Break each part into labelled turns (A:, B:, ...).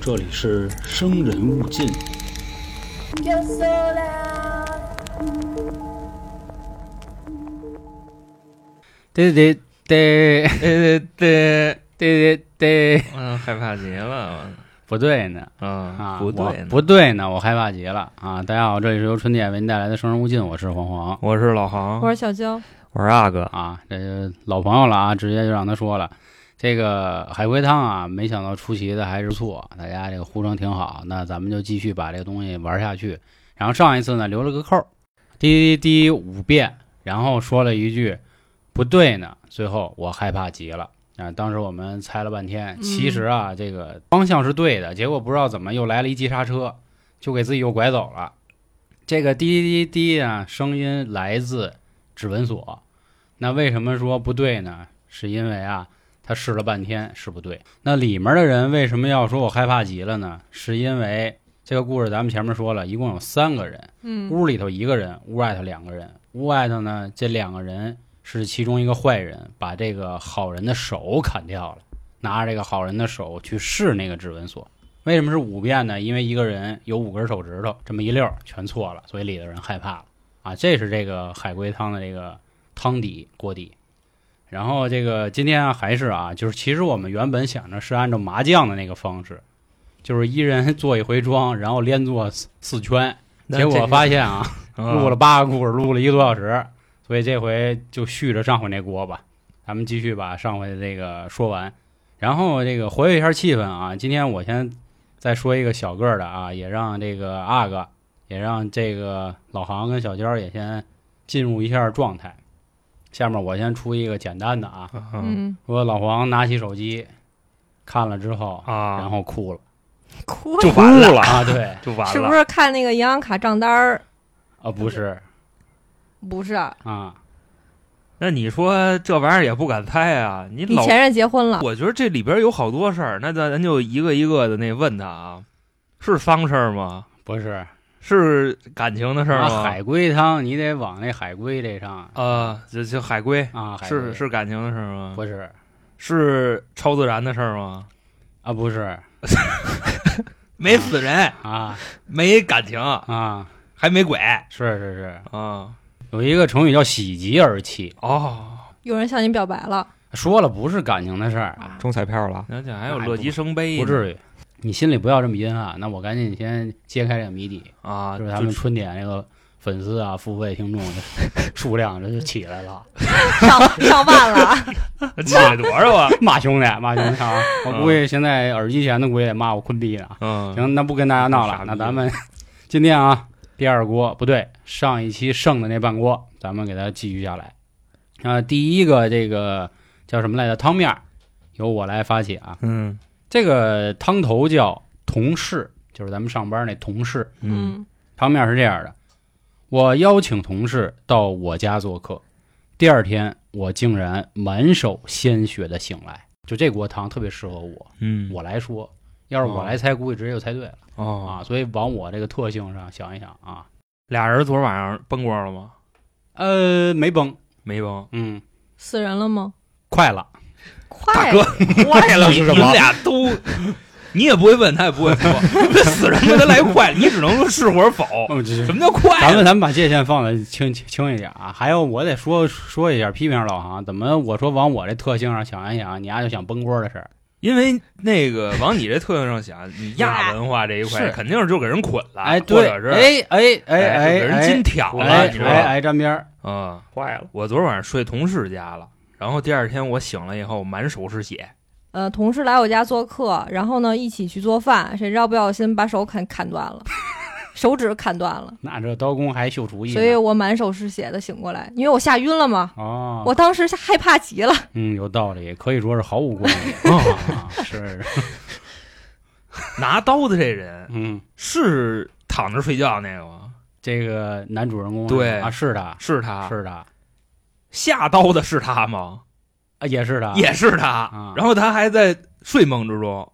A: 这里是《生人勿进》。
B: Yo sola,
C: 得得得得得得得得，
D: 嗯，害怕极了，
C: 不对呢
D: 我啊
C: 啊，，
D: 不对
C: 我
D: 呢，
C: 不对呢，我害怕极了啊！大家好，这里是由春点为您带来的《生人勿近》，我是黄黄
D: 我是老航，
B: 我是小娇，
D: 我是阿哥，
C: 啊，这就老朋友了啊，直接就让他说了。这个海龟汤啊，没想到出奇的还是不错，大家这个呼声挺好。那咱们就继续把这个东西玩下去。然后上一次呢留了个扣儿，滴滴滴五遍，然后说了一句不对呢，最后我害怕极了。啊，当时我们猜了半天，其实啊，这个方向是对的，结果不知道怎么又来了一急刹车，就给自己又拐走了。这个滴滴滴滴啊，声音来自指纹锁。那为什么说不对呢？是因为啊，他试了半天是不对。那里面的人为什么要说我害怕极了呢？是因为这个故事咱们前面说了，一共有三个人，
B: 嗯
C: 屋里头一个人，屋外头两个人。屋外头呢，这两个人是其中一个坏人，把这个好人的手砍掉了，拿着这个好人的手去试那个指纹锁。为什么是五遍呢？因为一个人有五根手指头，这么一溜儿全错了，所以里头人害怕了啊。这是这个海龟汤的这个汤底锅底。然后这个今天啊还是啊，就是其实我们原本想着是按照麻将的那个方式，就是一人做一回庄，然后连做四四圈。结果发现啊，
D: 嗯
C: 录了八个故事，录了一个多小时，所以这回就续着上回那锅吧。咱们继续把上回的这个说完，然后这个活跃一下气氛啊。今天我先再说一个小个儿的啊，也让这个阿哥，也让这个老航跟小娇也先进入一下状态。下面我先出一个简单的啊，
D: 嗯
B: 嗯，
C: 说老黄拿起手机看了之后，
D: 啊，
C: 然后哭了
B: 哭
D: 就完了，
C: 啊，对啊、
D: 就完了，
B: 是不是看那个银行卡账单儿？
C: 不是
B: 不是，
D: 哎
C: 啊，
D: 那你说这玩意儿也不敢猜啊，你
B: 你
D: 老，
B: 前任结婚了，
D: 我觉得这里边有好多事儿，那咱咱就一个一个的那问他啊，是丧事儿吗？
C: 不是，
D: 是感情的事儿
C: 啊，
D: 吗？
C: 海龟汤你得往那海龟这上
D: 啊，就就海龟，
C: 啊，海龟
D: 是是感情的事儿吗？
C: 不是
D: 是超自然的事儿吗？
C: 啊？不是
D: 没死人，
C: 啊
D: 没感情，
C: 啊，
D: 还没鬼啊
C: 是是是，！
D: 哦
C: 有一个成语叫喜极而泣，
B: 有人向你表白了，
C: 说了不是感情的事儿啊，
E: 中彩票了，
D: 而且还有乐极生悲呢，
C: 不至于。你心里不要这么阴暗，那我赶紧先揭开这个谜底，
D: 啊，
C: 就是
D: 就
C: 咱们春点那个粉丝啊、付费听众的 数量这就起来了。
B: 上上万了，
D: 起来多少啊？
C: 骂兄弟，骂兄弟啊！ 我估计现在耳机前的估计也骂我坤逼呢。
D: 嗯，
C: 行，那不跟大家闹了
D: 傻，逼
C: 那咱们 今天啊，第二锅不对，上一期剩的那半锅，咱们给它继续下来。啊、第一个这个叫什么来着？汤面儿由我来发起啊。
D: 嗯
C: 这个汤头叫同事，就是咱们上班那同事。
D: 嗯，
C: 汤面是这样的：我邀请同事到我家做客，第二天我竟然满手鲜血的醒来。就这锅汤特别适合我，
D: 嗯，
C: 我来说，要是我来猜，估计直接就猜对了。
D: 哦，
C: 啊，所以往我这个特性上想一想啊，
D: 俩人昨儿晚上崩光了吗？
C: 呃，没崩，
D: 没崩，
C: 嗯，
B: 死人了吗？
C: 快了，
B: 快，
D: 哥
B: 我
D: 了
C: 是什么
D: 你们俩 都，你也不会问，他也不会说，这死人跟他来快，你只能说是或者否。
C: 哦，这
D: 什么叫快？
C: 咱们咱们把界限放的轻轻轻一点啊。还有，我得说说一下，批评老航，怎么我说往我这特性上想一想，你丫、就想崩锅的事儿，
D: 因为那个往你这特性上想，你亚文化这一块
C: 是
D: 肯定是就给人捆了，
C: 哎，
D: 啊或
C: 对，
D: 者是
C: 哎哎哎
D: 哎，
C: 哎，
D: 就给人金挑
C: 哎
D: 了，
C: 哎
D: 你知道
C: 哎
D: 吧？
C: 哎沾边儿，
D: 啊，
E: 坏了，
D: 我昨儿晚上睡同事家了，然后第二天我醒了以后满手是血，
B: 呃，同事来我家做客，然后呢一起去做饭，谁知道不小心把手砍砍断 了，手指砍断了，
C: 那这刀工还秀厨艺呢，
B: 所以我满手是血的醒过来，因为我吓晕了嘛，
D: 啊
C: 哦，
B: 我当时吓害怕极了，
C: 嗯，有道理，可以说是毫无关系，
D: 哦
C: 啊是，
D: 拿刀的这人
C: 嗯，
D: 是躺着睡觉那个吗？
C: 这个男主人公是
D: 对
C: 啊，是他，
D: 是他，
C: 是他，
D: 下刀的是他吗？
C: 啊，也是他，
D: 也是他。
C: 啊
D: 然后他还在睡梦之中，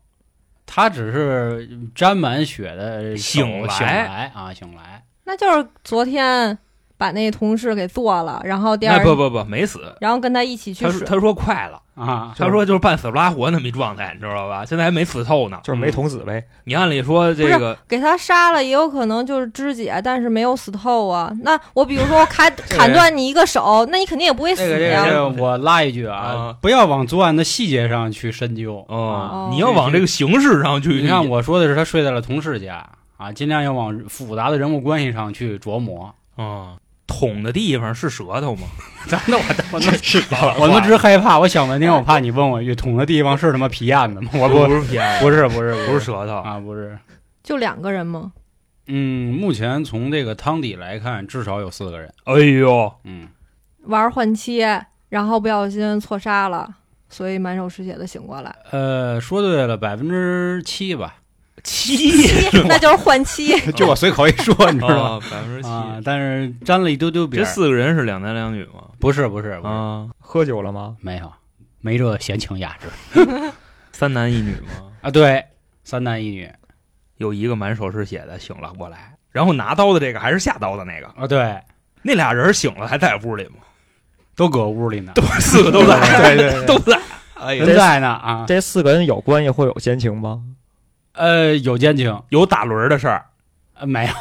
C: 他只是沾满血的手
D: 醒来
C: 醒来啊，醒来
B: 那就是昨天把那同事给做了，然后第
D: 那
B: 二，
D: 不不不，没死。
B: 然后跟他一起去
D: 他说
B: 水，
D: 他说快了，
C: 啊，
D: 他说就是半死不拉活那么一状态，你知道吧？现在还没死透呢，
E: 就是没捅死
A: 嗯
E: 呗。
D: 你按理说这个
B: 给他杀了，也有可能就是肢解，但是没有死透啊。那我比如说我砍砍断你一个手，那你肯定也不会死
C: 这个这
B: 呀、
C: 个这个，我拉一句啊
D: 啊，
C: 不要往作案的细节上去深究啊。
D: 嗯
B: 哦
D: 你要往这个形式上去，
C: 你看，我说的是他睡在了同事家啊，尽量要往复杂的人物关系上去琢磨。
D: 嗯，捅的地方是舌头吗？
C: 那我 我那
E: 是吧？
C: 我他妈只害怕，我想半天，我怕你问我一捅的地方是他妈皮燕子吗？我不
D: 不是偏爱，
C: 不是不是
D: 不是舌头，
C: 啊，不是。
B: 就两个人吗？
C: 嗯，目前从这个汤底来看，至少有四个人。
D: 哎呦，
C: 嗯，
B: 玩换切，然后不小心错杀了，所以满手是血的醒过来。
C: 呃，说对了，百分之七吧，
D: 七
B: 那就是换妻，
C: 就我随口一说， 你知道吗？
D: 啊，百分之七，
C: 啊，但是沾了一丢丢边
D: 这
C: 儿。
D: 四个人是两男两女吗？
C: 不是不是不是，
D: 啊，
E: 喝酒了吗？
C: 没有，没这闲情雅致
D: 三男一女吗？
C: 啊。对，三男一女
D: 有一个满手是血的醒了过来，然后拿刀的这个还是下刀的那个，
C: 啊，对，
D: 那俩人醒了还在屋里吗？
C: 都搁屋里呢，
D: 都四个都在，
E: 对 对对，
D: 都在。哎呀，
C: 人在呢啊。
E: 这四个人有关系或有奸情吗？
C: 呃，有奸情？
D: 有打轮儿的事儿，
C: 呃没 有，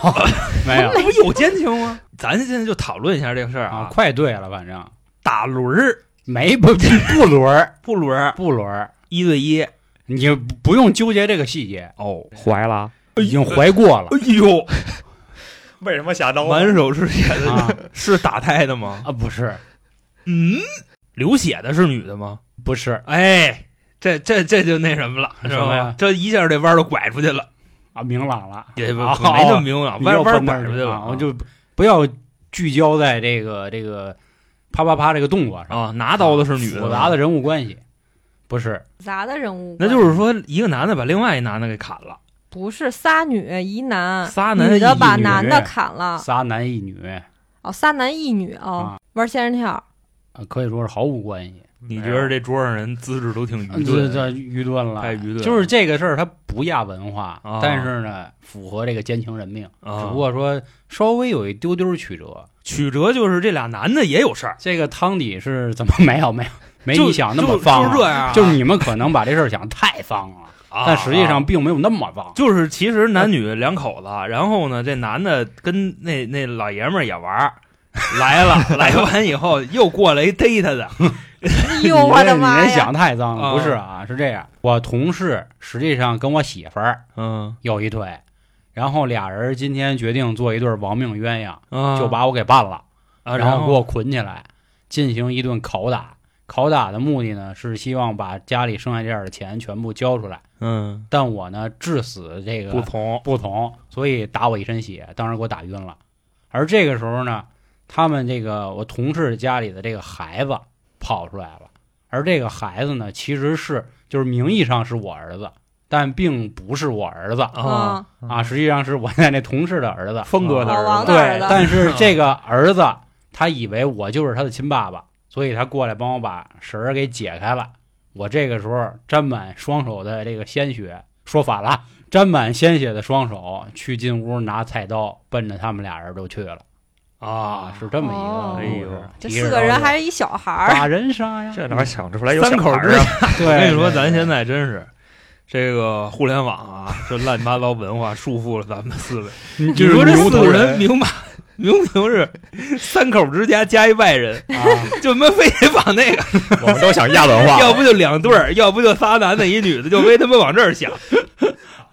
C: 没有
D: 那不有奸情吗？ 咱现在就讨论一下这个事儿
C: 啊，快对了，反正
D: 打轮儿
C: 没不不轮 儿
D: 不轮儿
C: 不轮儿，
D: 一对一
C: 你就不用纠结这个细节，
D: 哦，
E: 怀了？
C: 已经怀过了
D: 哎呦，
E: 为什么下刀
D: 满手是血的、
C: 啊
D: 是打胎的吗？
C: 啊，不是
D: 嗯，流血的是女的吗？
C: 不是
D: 哎，这这这就那什么了，
C: 什
D: 知
C: 么呀
D: 道吧？这一下这弯儿都拐出去了，哦
C: 啊，明朗了，
D: 也不、
C: 啊
D: 没那么明朗，
C: 你
D: 弯
C: 又
D: 弯儿
C: 奔那
D: 拐
C: 儿
D: 出
C: 去
D: 去了，
C: 啊，我就不要聚焦在这个这个啪啪啪这个动作上，
D: 啊，拿刀的是女的，
C: 复杂的，人物关系，不是
B: 杂的人物，
D: 那就是说一个男的把另外一男的给砍了，
B: 不是仨女一男，
D: 仨男
B: 女的
D: 一
B: 把
C: 女
B: 男的砍了，
C: 仨男一女
B: 哦，仨男一女哦
C: 啊，
B: 玩仙人跳，
C: 啊，可以说是毫无关系，
D: 你觉得这桌上人资质都挺愚
C: 嗯
D: 钝啊
C: 这
D: 的
C: 这愚钝了，
D: 太愚钝了
C: 就是这个事儿，它不亚文化
D: 啊，
C: 但是呢，符合这个奸情人命，只
D: 啊
C: 不？过说稍微有一丢丢曲折。
D: 曲折就是这俩男的也有事儿，
C: 这个汤底是怎么 没有没有没
D: 就
C: 你想那么
D: 就
C: 方啊，
D: 就这样啊
C: 就是你们可能把这事儿想太方了，
D: 啊
C: 但实际上并没有那么方。
D: 就是其实男女两口子，然后呢，这男的跟那那老爷们儿也玩儿，来 了，来完以后又过来一逮他的，
B: 哎
C: 你
B: 呦我
C: 这
B: 的
C: 你
B: 妈
C: 这
B: 呀！
C: 想太脏
D: 啊
C: 了，不是啊？是这样，我同事实际上跟我媳妇儿
D: 嗯
C: 有一腿，然后俩人今天决定做一对亡命鸳鸯，
D: 啊，
C: 就把我给办了。
D: 啊，
C: 然
D: 然
C: 后给我捆起来，进行一顿拷打。拷打的目的呢，是希望把家里剩下这点儿的钱全部交出来。
D: 嗯
C: 但我呢，致死这个
D: 不从，
C: 不从，所以打我一身血，当时给我打晕了。而这个时候呢，他们这个我同事家里的这个孩子跑出来了，而这个孩子呢，其实是就是名义上是我儿子，但并不是我儿子
B: 嗯
D: 啊，
C: 啊，实际上是我现在那同事的儿子。
D: 峰哥的
B: 老王
D: 儿
B: 的
D: 子
B: 儿
C: 对，
B: 子，
C: 但是这个儿子他以为我就是他的亲爸爸，所以他过来帮我把绳儿给解开了。我这个时候沾满双手的这个鲜血，说反了，沾满鲜血的双手去进屋拿菜刀，奔着他们俩人就去了啊，是这么
B: 哦
D: 哎
C: 一个故事。
B: 这
C: 提着
B: 四个人
C: 刀
B: 还是一小孩儿，
C: 把人杀呀？
E: 这哪想出来有
D: 三口
E: 小孩
D: 之
E: 儿啊？
C: 对，
D: 我跟你说，
C: 哎对
D: 咱
C: 对
D: 现在真是这个互联网啊，这乱七八糟文化束缚了咱们的思维。
C: 你
D: 你说这四个人明白，明明是三口之家加一外人，
C: 啊，
D: 就他妈非得往那个，
E: 我们都想亚文化，
D: 要不就两对儿，要不就仨男的一女的，就非他妈往这儿想。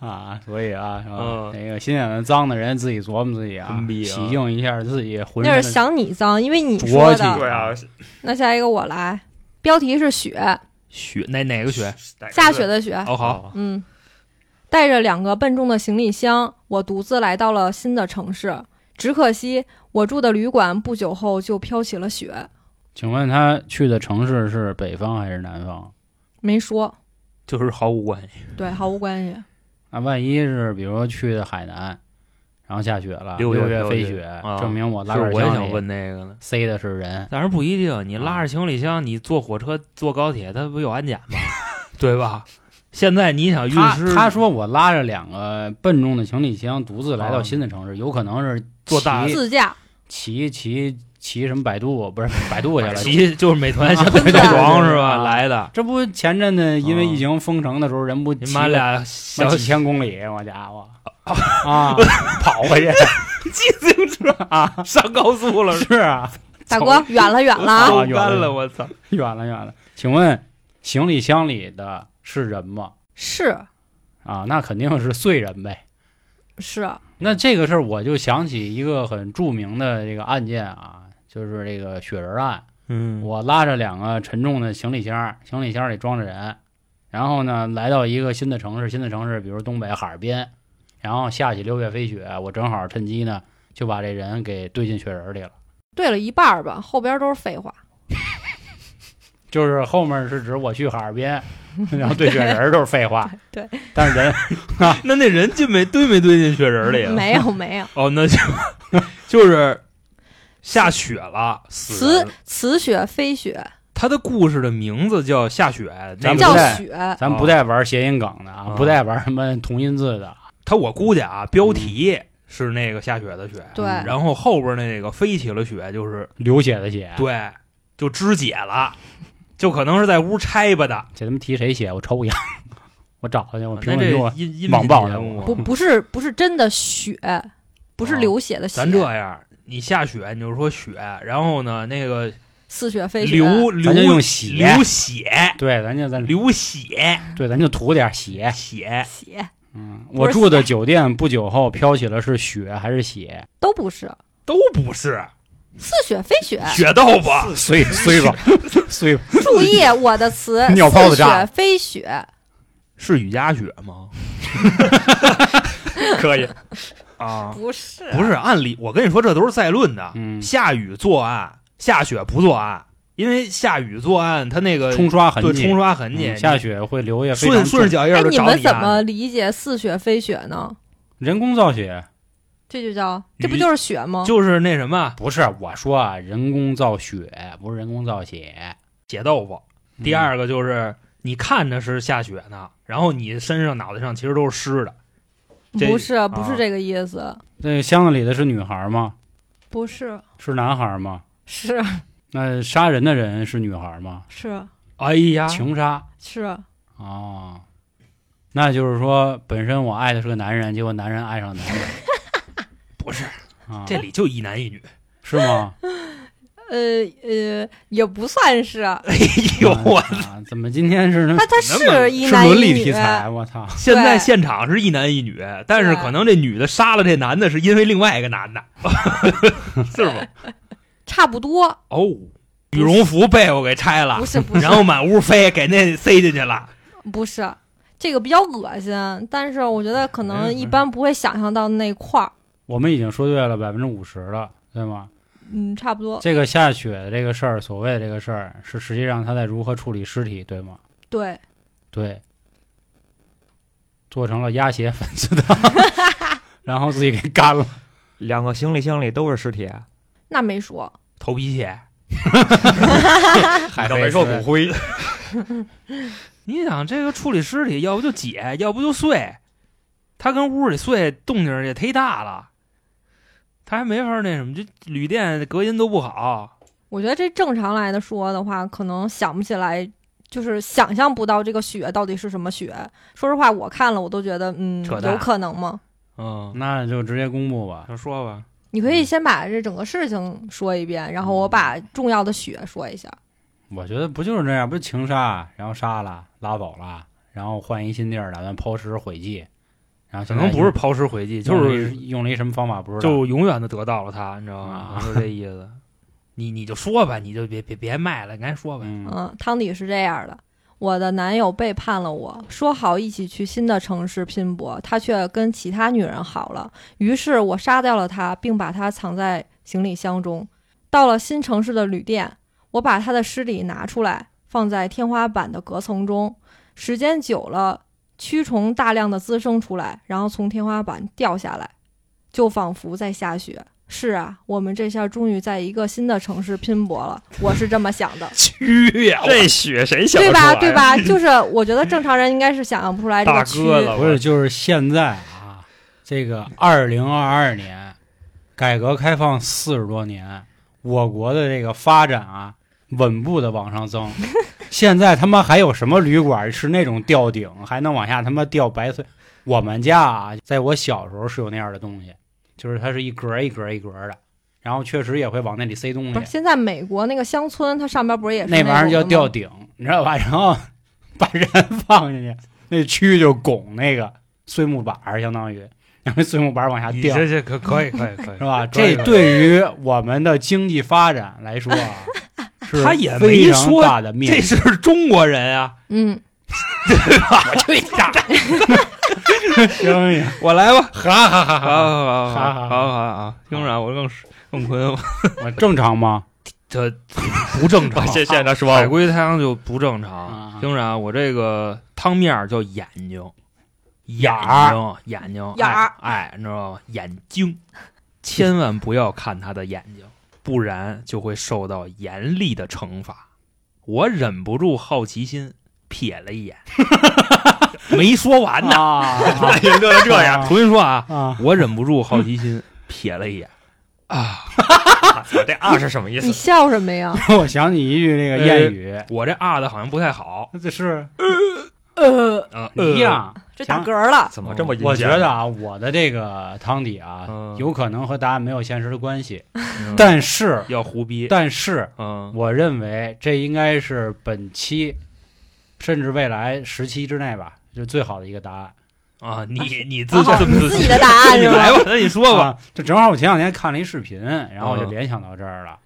C: 啊，所以啊，是吧
D: 嗯
C: 那个心眼子脏的人自己琢磨自己啊
D: 真，逼啊
C: 洗净 一下自己浑
B: 那
C: 身
B: 是
C: 的
B: 想你脏，因为你
C: 浊
B: 说
C: 气
B: 的。
E: 对啊，
B: 那下一个我来，标题是雪，
D: 雪哪哪个雪？
B: 下雪的雪，
D: 哦好，
B: 嗯，带着两个笨重的行李箱，我独自来到了新的城市。只可惜，我住的旅馆不久后就飘起了雪。
C: 请问他去的城市是北方还是南方？
B: 没说，
D: 就是毫无关系。
B: 对，毫无关系。
C: 那万一是比如说去的海南，然后下雪了，
D: 六
C: 六
D: 月
C: 飞
D: 六月
C: 雪，
D: 啊
C: 证明我
D: 就
C: 拉
D: 是
C: 杆
D: 我也
C: 箱
D: 想
C: 里
D: 问那个呢，
C: 塞的是人，
D: 但是不一定。你
C: 啊
D: 拉着行李箱，你坐火车、坐高铁，它不有安检 吗？对吧？现在你想运
C: 他
D: 尸，
C: 他说我拉着两个笨重的行李箱独自来
D: 啊
C: 到新的城市，有可能是
D: 坐大
C: 骑
B: 自驾
C: 骑骑骑什么百度，不是百度去了，
D: 骑就是美团小
B: 对
D: 白
B: 对对
D: 床是
C: 啊
D: 吧？来的，
C: 这不前阵子因为疫情封城的时候，人不
D: 啊你
C: 骑
D: 妈
C: 了
D: 俩
C: 妈
D: 小
C: 几千公里，我家伙 啊，跑回去
D: 骑自行车啊， 上高速了，
C: 是啊，
B: 大哥，远了远了啊！
D: 抽
C: 啊有了
D: 干
C: 有
D: 了，
C: 了
D: 我操！
C: 远了远了。请问行李箱里的是人吗？
B: 是
C: 啊，那肯定是碎人呗。
B: 是，
C: 那这个事儿我就想起一个很著名的这个案件啊，就是这个雪人案。
D: 嗯
C: 我拉着两个沉重的行李箱，行李箱里装着人，然后呢，来到一个新的城市，新的城市，比如东北哈尔滨，然后下起六月飞雪，我正好趁机呢，就把这人给堆进雪人里了。
B: 对了一半儿吧，后边都是废话。
C: 就是后面是指我去哈尔滨， 然后堆雪人都是废话，
B: 对，
C: 但是人
D: 那那人进没堆没堆进雪人里啊？
B: 没有没有，
D: 哦， 那就就是下雪了，死
B: 此
D: 人了
B: 此雪非雪，
D: 他的故事的名字叫下雪，那
C: 咱
D: 个
C: 不
B: 叫
C: 带
B: 雪。
C: 咱不带玩谐音梗的啊，
D: 啊
C: 不带玩什么同音字的，
D: 他我估计
C: 嗯
D: 啊，标题是那个下雪的雪，
B: 对
D: 然后后边那个飞起了雪，就是
C: 流血的血，，
D: 对，就肢解了， 就可能是在屋拆吧的。
C: 这他妈提谁血？我抽一样， 我找去，我评
D: 那
C: 论
D: 这
C: 区我啊
D: 音音
C: 网
D: 频
C: 暴
D: 节
C: 了
D: 目
B: 不不是不是真的雪，不是
D: 哦
B: 流血的血。
D: 咱这样，你下雪你就说雪，然后呢那个
B: 似雪非雪，
D: 流
C: 咱就
D: 流
C: 用血，
D: 流血
C: 对，咱就咱
D: 流血
C: 对，咱就涂点血。
D: 血，
B: 血
C: 嗯，
B: 不
C: 我
B: 是
C: 住的
B: 血
C: 酒店不久后飘起了是血还是 血？
B: 都不是，
D: 都不是
B: 似雪非雪。
C: 哎
D: 血豆腐。
C: 碎碎 吧，碎吧。，
B: 注意我的词
C: 尿泡子
B: 似
C: 炸
B: 雪非
D: 啊
B: 雪，
D: 是雨夹雪吗？
E: 可以，
D: 啊，
B: 不是
D: 不是，按理我跟你说，这都是赛论的。
C: 嗯，
D: 下雨作案，下雪不作案，因为下雨作案，它那个
C: 冲刷痕
D: 对
C: 迹，
D: 冲刷痕迹，
C: 嗯下雪会留下
D: 你
C: 非常
D: 顺顺着脚印
B: 哎
D: 儿，就
B: 你
D: 找啊
B: 们
D: 案
B: 怎么理解似雪非雪呢？
C: 人工造雪。
B: 这就叫这不
D: 雨
B: 就是雪吗？
D: 就是那什么
C: 不是我说啊，人工造雪不是人工造血。
D: 血豆腐？
C: 嗯
D: 第，二个就是你看着是下雪呢，然后你身上、脑袋上其实都是湿的。这
B: 不是不
D: 啊
B: 是这个意思，
C: 那箱子里的是女孩吗？
B: 不是
C: 是男孩吗？
B: 是
C: 那杀人的人是女孩吗？
B: 是
D: 哎呀，
C: 情杀
B: 是
C: 哦，那就是说，本身我爱的是个男人，结果男人爱上男 人，
D: 不是，
C: 啊、
D: 这里就一男一女。
C: 是 吗？
B: 呃呃也不算是，
D: 哎呦，我
C: 啊怎么今天是那
B: 他他
D: 那么
B: 是一
C: 是
B: 男
C: 伦
B: 一
C: 理
B: 女
C: 题，材？我操！
D: 现在现场是一男一女，但是可能这女的杀了这男的，是因为另外一个 男的， 是吗？
B: 差不多
D: 哦，羽绒服被我给拆了
B: 不，是不是
D: 然后满屋飞，给那塞进去了。
B: 不是。这个比较恶心，但是我觉得可
D: 没
B: 能
D: 嗯事没
B: 一
D: 事
B: 般不会想象到那块儿，
C: 我们已经说对了百分之五十了，对吗？
B: 嗯，差不多，
C: 这个下雪的这个事儿，所谓的这个事儿，是实际上他在如何处理尸体，对吗？
B: 对，
C: 对，做成了鸭血粉丝汤，然后自己给干了。
E: 两个行李箱里都是尸体，啊
B: 那没说，
D: 头皮屑。
C: 海
E: 倒
C: 飞
E: 没说
C: 丝
E: 骨灰，
D: 你想这个处理尸体，要不就解，要不就碎。他跟屋里碎动静也忒大了，他还没法那什么，这旅店隔音都不好。
B: 我觉得这正常来的说的话，可能想不起来，就是想象不到这个雪到底是什么雪。说实话，我看了我都觉得，嗯
D: 扯，淡
B: 有可能吗？
D: 嗯，
C: 那就直接公布吧。
D: 就说吧，
B: 你可
D: 嗯
B: 以先把这整个事情说一遍，然后我把重要的雪说一下。
C: 我觉得不就是这样，不是情杀，然后杀了，拉走了，然后换一新地儿，打算抛尸毁迹，然后
D: 可
C: 现在
D: 能不是
C: 用
D: 抛尸回迹，就
C: 用了一
D: 是
C: 用了一什么方法，不知道。
D: 就永远的得到了他，你知道吗？
C: 啊
D: 就这意思。你你就说吧，你就别别别卖了，你赶紧说吧。
C: 嗯
B: 嗯，汤底是这样的：我的男友背叛了我，说好一起去新的城市拼搏，他却跟其他女人好了。于是我杀掉了他，并把他藏在行李箱中。到了新城市的旅店，我把他的尸体拿出来，放在天花板的隔层中。时间久了，蛆虫大量的滋生出来，然后从天花板掉下来，就仿佛在下雪。是啊，我们这下终于在一个新的城市拼搏了，我是这么想的。
D: 去呀
E: 这血谁想得出来
B: 对吧？
E: 啊。
B: 对？ 吧？就是我觉得正常人应该是想象不出来这个
D: 大
B: 区
D: 哥了，
C: 不是，就是现在啊，这个二零二二年，改革开放四十多年，我国的这个发展啊，稳步的往上增。现在他妈还有什么旅馆是那种吊顶，还能往下他妈吊白穗？我们家啊，在我小时候是有那样的东西，就是它是一格一格一格的，然后确实也会往那里塞东
B: 不
C: 西
B: 是，。现在美国那个乡村，它上边不是也是
C: 那
B: 种
C: 玩意儿叫
B: 的吗
C: 吊顶，你知道吧？然后 把人放进去，那蛆就拱那个碎木板儿，相当于，然后碎木板儿往下
D: 你
C: 掉，
D: 这这可可以可以可以
C: 是，吧？
D: 可以
C: 这
D: 了
C: 对于我们的经济发展来说 啊，是
D: 他也没
C: 非常
D: 说
C: 大的面
D: 这
C: 子。
D: 是中国人啊！
B: 嗯，
D: 我去你大！
C: 生意，
D: 我来吧，
C: 哈哈哈
D: 好好好
C: 好
D: 好
C: 好
D: 好好，听着啊我更更困，
C: 哈！正常吗？
D: 这不正常
E: 现现在说
D: 海龟汤就不正常
C: 啊，
D: 听着啊，我这个汤面儿叫眼睛，眼睛
C: 儿
D: 眼睛
B: 眼儿
D: 哎，哎你知道吗？眼睛，千万不要看他的眼睛，不然就会受到严厉的惩罚。我忍不住好奇心瞥了一眼，没说 完呢，
C: 啊，
E: 也乐成这样，
C: 啊
D: 重新说啊，
C: 啊！
D: 我忍不住好奇心瞥了一眼啊，
E: 这二是什么意
B: 你
E: 思？
B: 笑什么呀？
C: 我想起一句那个谚语，
D: 我这啊的好像不太好，
C: 这是
B: 呃，
D: 嗯，
C: 一样。哦
B: 这打嗝了，
E: 怎么这么阴
C: 我觉
E: 间
C: 得啊，我的这个汤底啊，
D: 嗯，
C: 有可能和答案没有现实的关系，
D: 嗯
C: 但是，
D: 要胡逼，
C: 但是，
D: 嗯。
C: 我认为这应该是本期，甚至未来十期之内吧，就最好的一个答案。
D: 啊，你你自
B: 啊
D: 己这么
B: 自
D: 信
B: 己的答 案
D: 你
B: 是
D: 来
B: 吧？
D: 吧，那你说吧。
C: 啊，就正好我前两天看了一视频，然后我就联想到这儿了。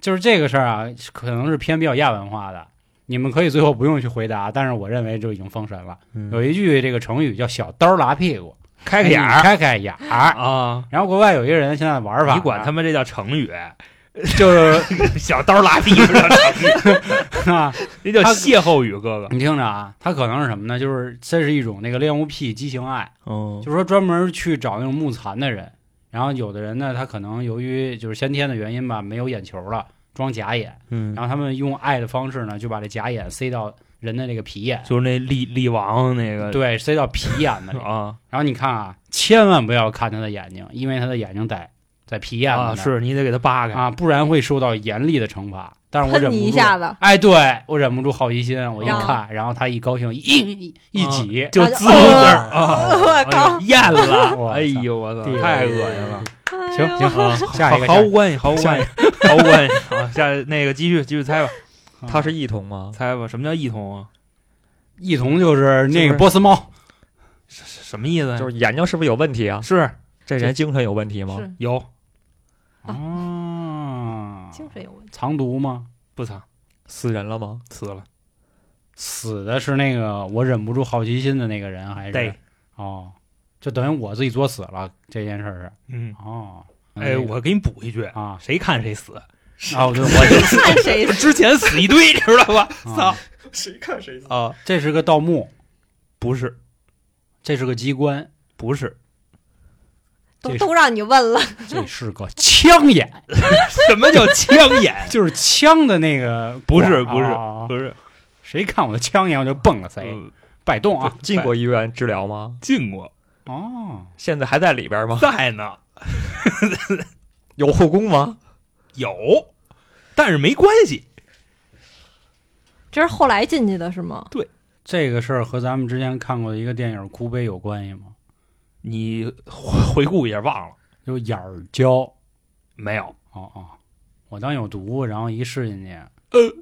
C: 就是这个事儿啊，可能是偏比较亚文化的，你们可以最后不用去回答，但是我认为就已经封神了。有一句这个成语叫“小刀拉屁股”，
D: 嗯开
C: 开
D: 个眼儿
C: 开开眼儿。
D: 啊，
C: 然后国外有一个人现在玩法，
D: 你管他们这叫成语，
C: 就是
D: 小刀拉屁 股，
C: 啊，
D: 这叫歇后语，哥哥。
C: 你听着啊，他可能是什么呢？就是这是一种那个恋物癖、畸形爱，
D: 嗯
C: 就是说专门去找那种木残的人，然后有的人呢，他可能由于就是先天的原因吧，没有眼球了，装假眼，
D: 嗯，
C: 然后他们用爱的方式呢，就把这假眼塞到人的那个皮眼，
D: 就是那力力王那个
C: 对，塞到皮眼那里。
D: 啊
C: 然后你看啊，千万不要看他的眼睛，因为他的眼睛在在皮眼子那
D: 啊，
C: 儿
D: 是你得给他扒开。
C: 啊，不然会受到严厉的惩罚。但是我
B: 喷
C: 忍不
B: 你
C: 住，
B: 一下子，
C: 哎，对我忍不住好奇心，我一看，然后他一高兴，一一一挤，
D: 就
B: 啊
D: 滋
B: 哦
D: 溜滋儿啊，
B: 我靠
D: 哎呦咽了，
C: 我操
D: 哎呦 我操
C: 地，位
D: 太恶心了。
B: 哎
C: 行
B: 呦
C: 行
D: 啊，
C: 下一个
D: 毫无关系，毫无关系，毫无关 系啊。下那个继续继续 猜吧，
E: 他是异同吗？
D: 猜吧，什么叫异同啊？
C: 异瞳就是那
E: 就
C: 个
E: 是
C: 波斯猫，
D: 什什么意思呀？啊
E: 就是眼睛是不是有问题啊？
D: 是
E: 这人精神有问题吗？
B: 是
D: 有
C: 啊，
B: 啊精神有问题，
C: 藏毒吗？
D: 不藏
E: 死人了吗？
D: 死了，
C: 死的是那个我忍不住好奇心的那个人，还是
D: 对，嗯
C: 哦，就等于我自己作死了这件事儿是
D: 嗯，
C: 哦。
D: 哎，我给你补一句，
C: 啊
D: 谁看谁死，
C: 啊，我就我就
B: 看谁
D: 之前死一堆，你知道吧？
C: 啊
D: 操
E: 谁看谁死？
D: 啊！
C: 这是个盗墓，
D: 不是，
C: 这是个机关，
D: 不是，
B: 都都让你问了，
C: 这是个枪眼，
D: 什么叫枪 眼？
C: 就是枪的那个
D: 不是
C: 管
D: 不是
C: 啊
D: 不是，
C: 谁看我的枪眼我就蹦了谁，
D: 嗯
C: 摆动啊！
E: 进过医院治疗吗？
D: 进过，嗯
C: 哦，
E: 现在还在里边吗？
D: 在呢，
E: 有后宫吗？
D: 有，但是没关系。
B: 这是后来进去的是吗？
C: 这个事儿和咱们之前看过的一个电影《哭悲》有关系吗？
D: 你回回顾一下，忘了
C: 就眼儿焦，
D: 没有？
C: 哦哦，我当有毒，然后一试进去，
D: 呃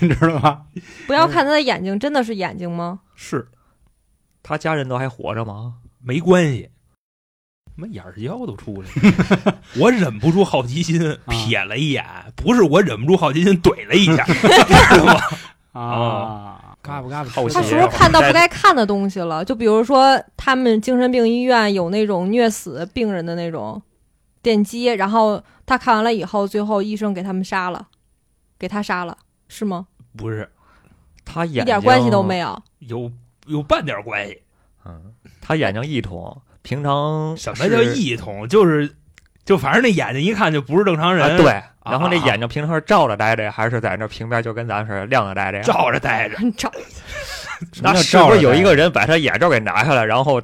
C: 你 知道吧？
B: 不
D: 嗯
B: 要看他的眼睛，真的是眼睛吗？
D: 是
E: 他家人都还活着吗？
D: 没关系。他妈眼儿焦都出来 了，我忍不住好奇心
E: 啊
D: 瞥了一眼，不是我忍不住好奇心怼了一下， 知 道吗？
C: 啊，嘎巴嘎巴吃，
E: 哦好奇啊
B: 他是不是看到不该看的东西了？就比如说，他们精神病医院有那种虐死病人的那种电击，然后他看完了以后，最后医生给他们杀了，给他杀了，是吗？
D: 不是，
E: 他眼
B: 一
E: 睛
B: 点关系都没。有。
D: 有有半点关系。
E: 嗯，他眼睛异瞳，平常
D: 什么叫
E: 是
D: 异瞳？就是就反正那眼睛一看就不是正常人，
E: 啊？对，，然后那眼睛平常是照着待着，还是在那平边就跟咱似的亮着待着呀？
D: 照着待着。
B: 找
C: 什么
E: 那
C: 叫
E: 是不
C: 照
E: 是
C: 着
E: 有一
C: 戴
E: 个人把他眼罩给拿下来，然后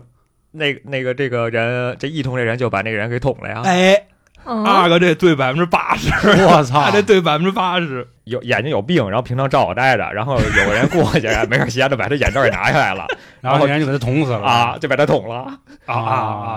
E: 那那个这个人，这一通这人就把那个人给捅了呀。
D: 哎，
B: 嗯，
D: 二哥这对百分之八十，
C: 我操
D: 他！这对百分之八十，
E: 有眼睛有病，然后平常照我待着，然后有个人过去，哎没事闲着把他眼罩给拿下来了
C: 然后那人就给他捅死了
E: 啊，！就把他捅了。
D: 啊啊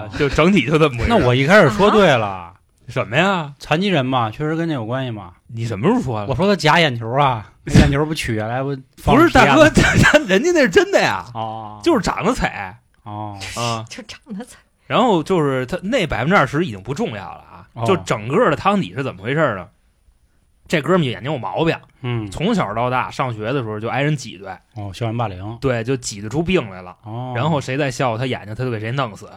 D: 啊！就整体就这么回事。
C: 那我一开始
E: 啊
C: 说对了，
D: 什么呀？
C: 残疾人嘛，确实跟这有关系嘛。
D: 你什么时候说
C: 我
D: 了？
C: 说他假眼球 啊，那眼球不取下来不放
D: 不是大哥，
C: 屁
D: 人家那是真的呀，
C: 眼哦，
D: 就是是长得惨
C: 哦，
D: 啊。
B: 就长得惨，
D: 然后就是他那百分之二十已经不重要了啊，
C: 哦
D: 就整个的汤底是怎么回事呢？这哥们眼睛有毛病，
C: 嗯，
D: 从小到大上学的时候就挨人挤兑，
C: 哦，校园霸凌
D: 对，就挤兑出病来了。
C: 哦，
D: 然后谁再笑他眼睛，他就给谁弄死。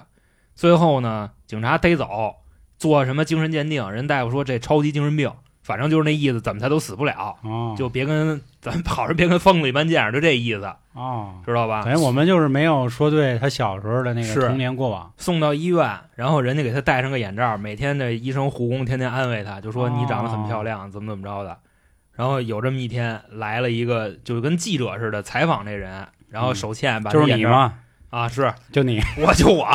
D: 最后呢，警察逮走，做什么精神鉴定，人大夫说这超级精神病，反正就是那意思，怎么他都死不了，
C: 哦
D: 就别跟咱好人别跟疯子一般见识，就这意思，
C: 哦，
D: 知道吧
C: 等？于我们就是没有说对他小时候的那
D: 啊是
C: 个童年过往，
D: 送到医院，然后人家给他戴上个眼罩，每天这医生护工天天安慰他，就说
C: 哦
D: 你长得很漂亮，怎么怎么着的。然后有这么一天来了一个，就跟记者似的采访这人，然后
C: 嗯
D: 手欠把
C: 就是
D: 眼
C: 你
D: 罩
C: 嘛，
D: 啊，是
C: 就 你，啊
D: 我就我，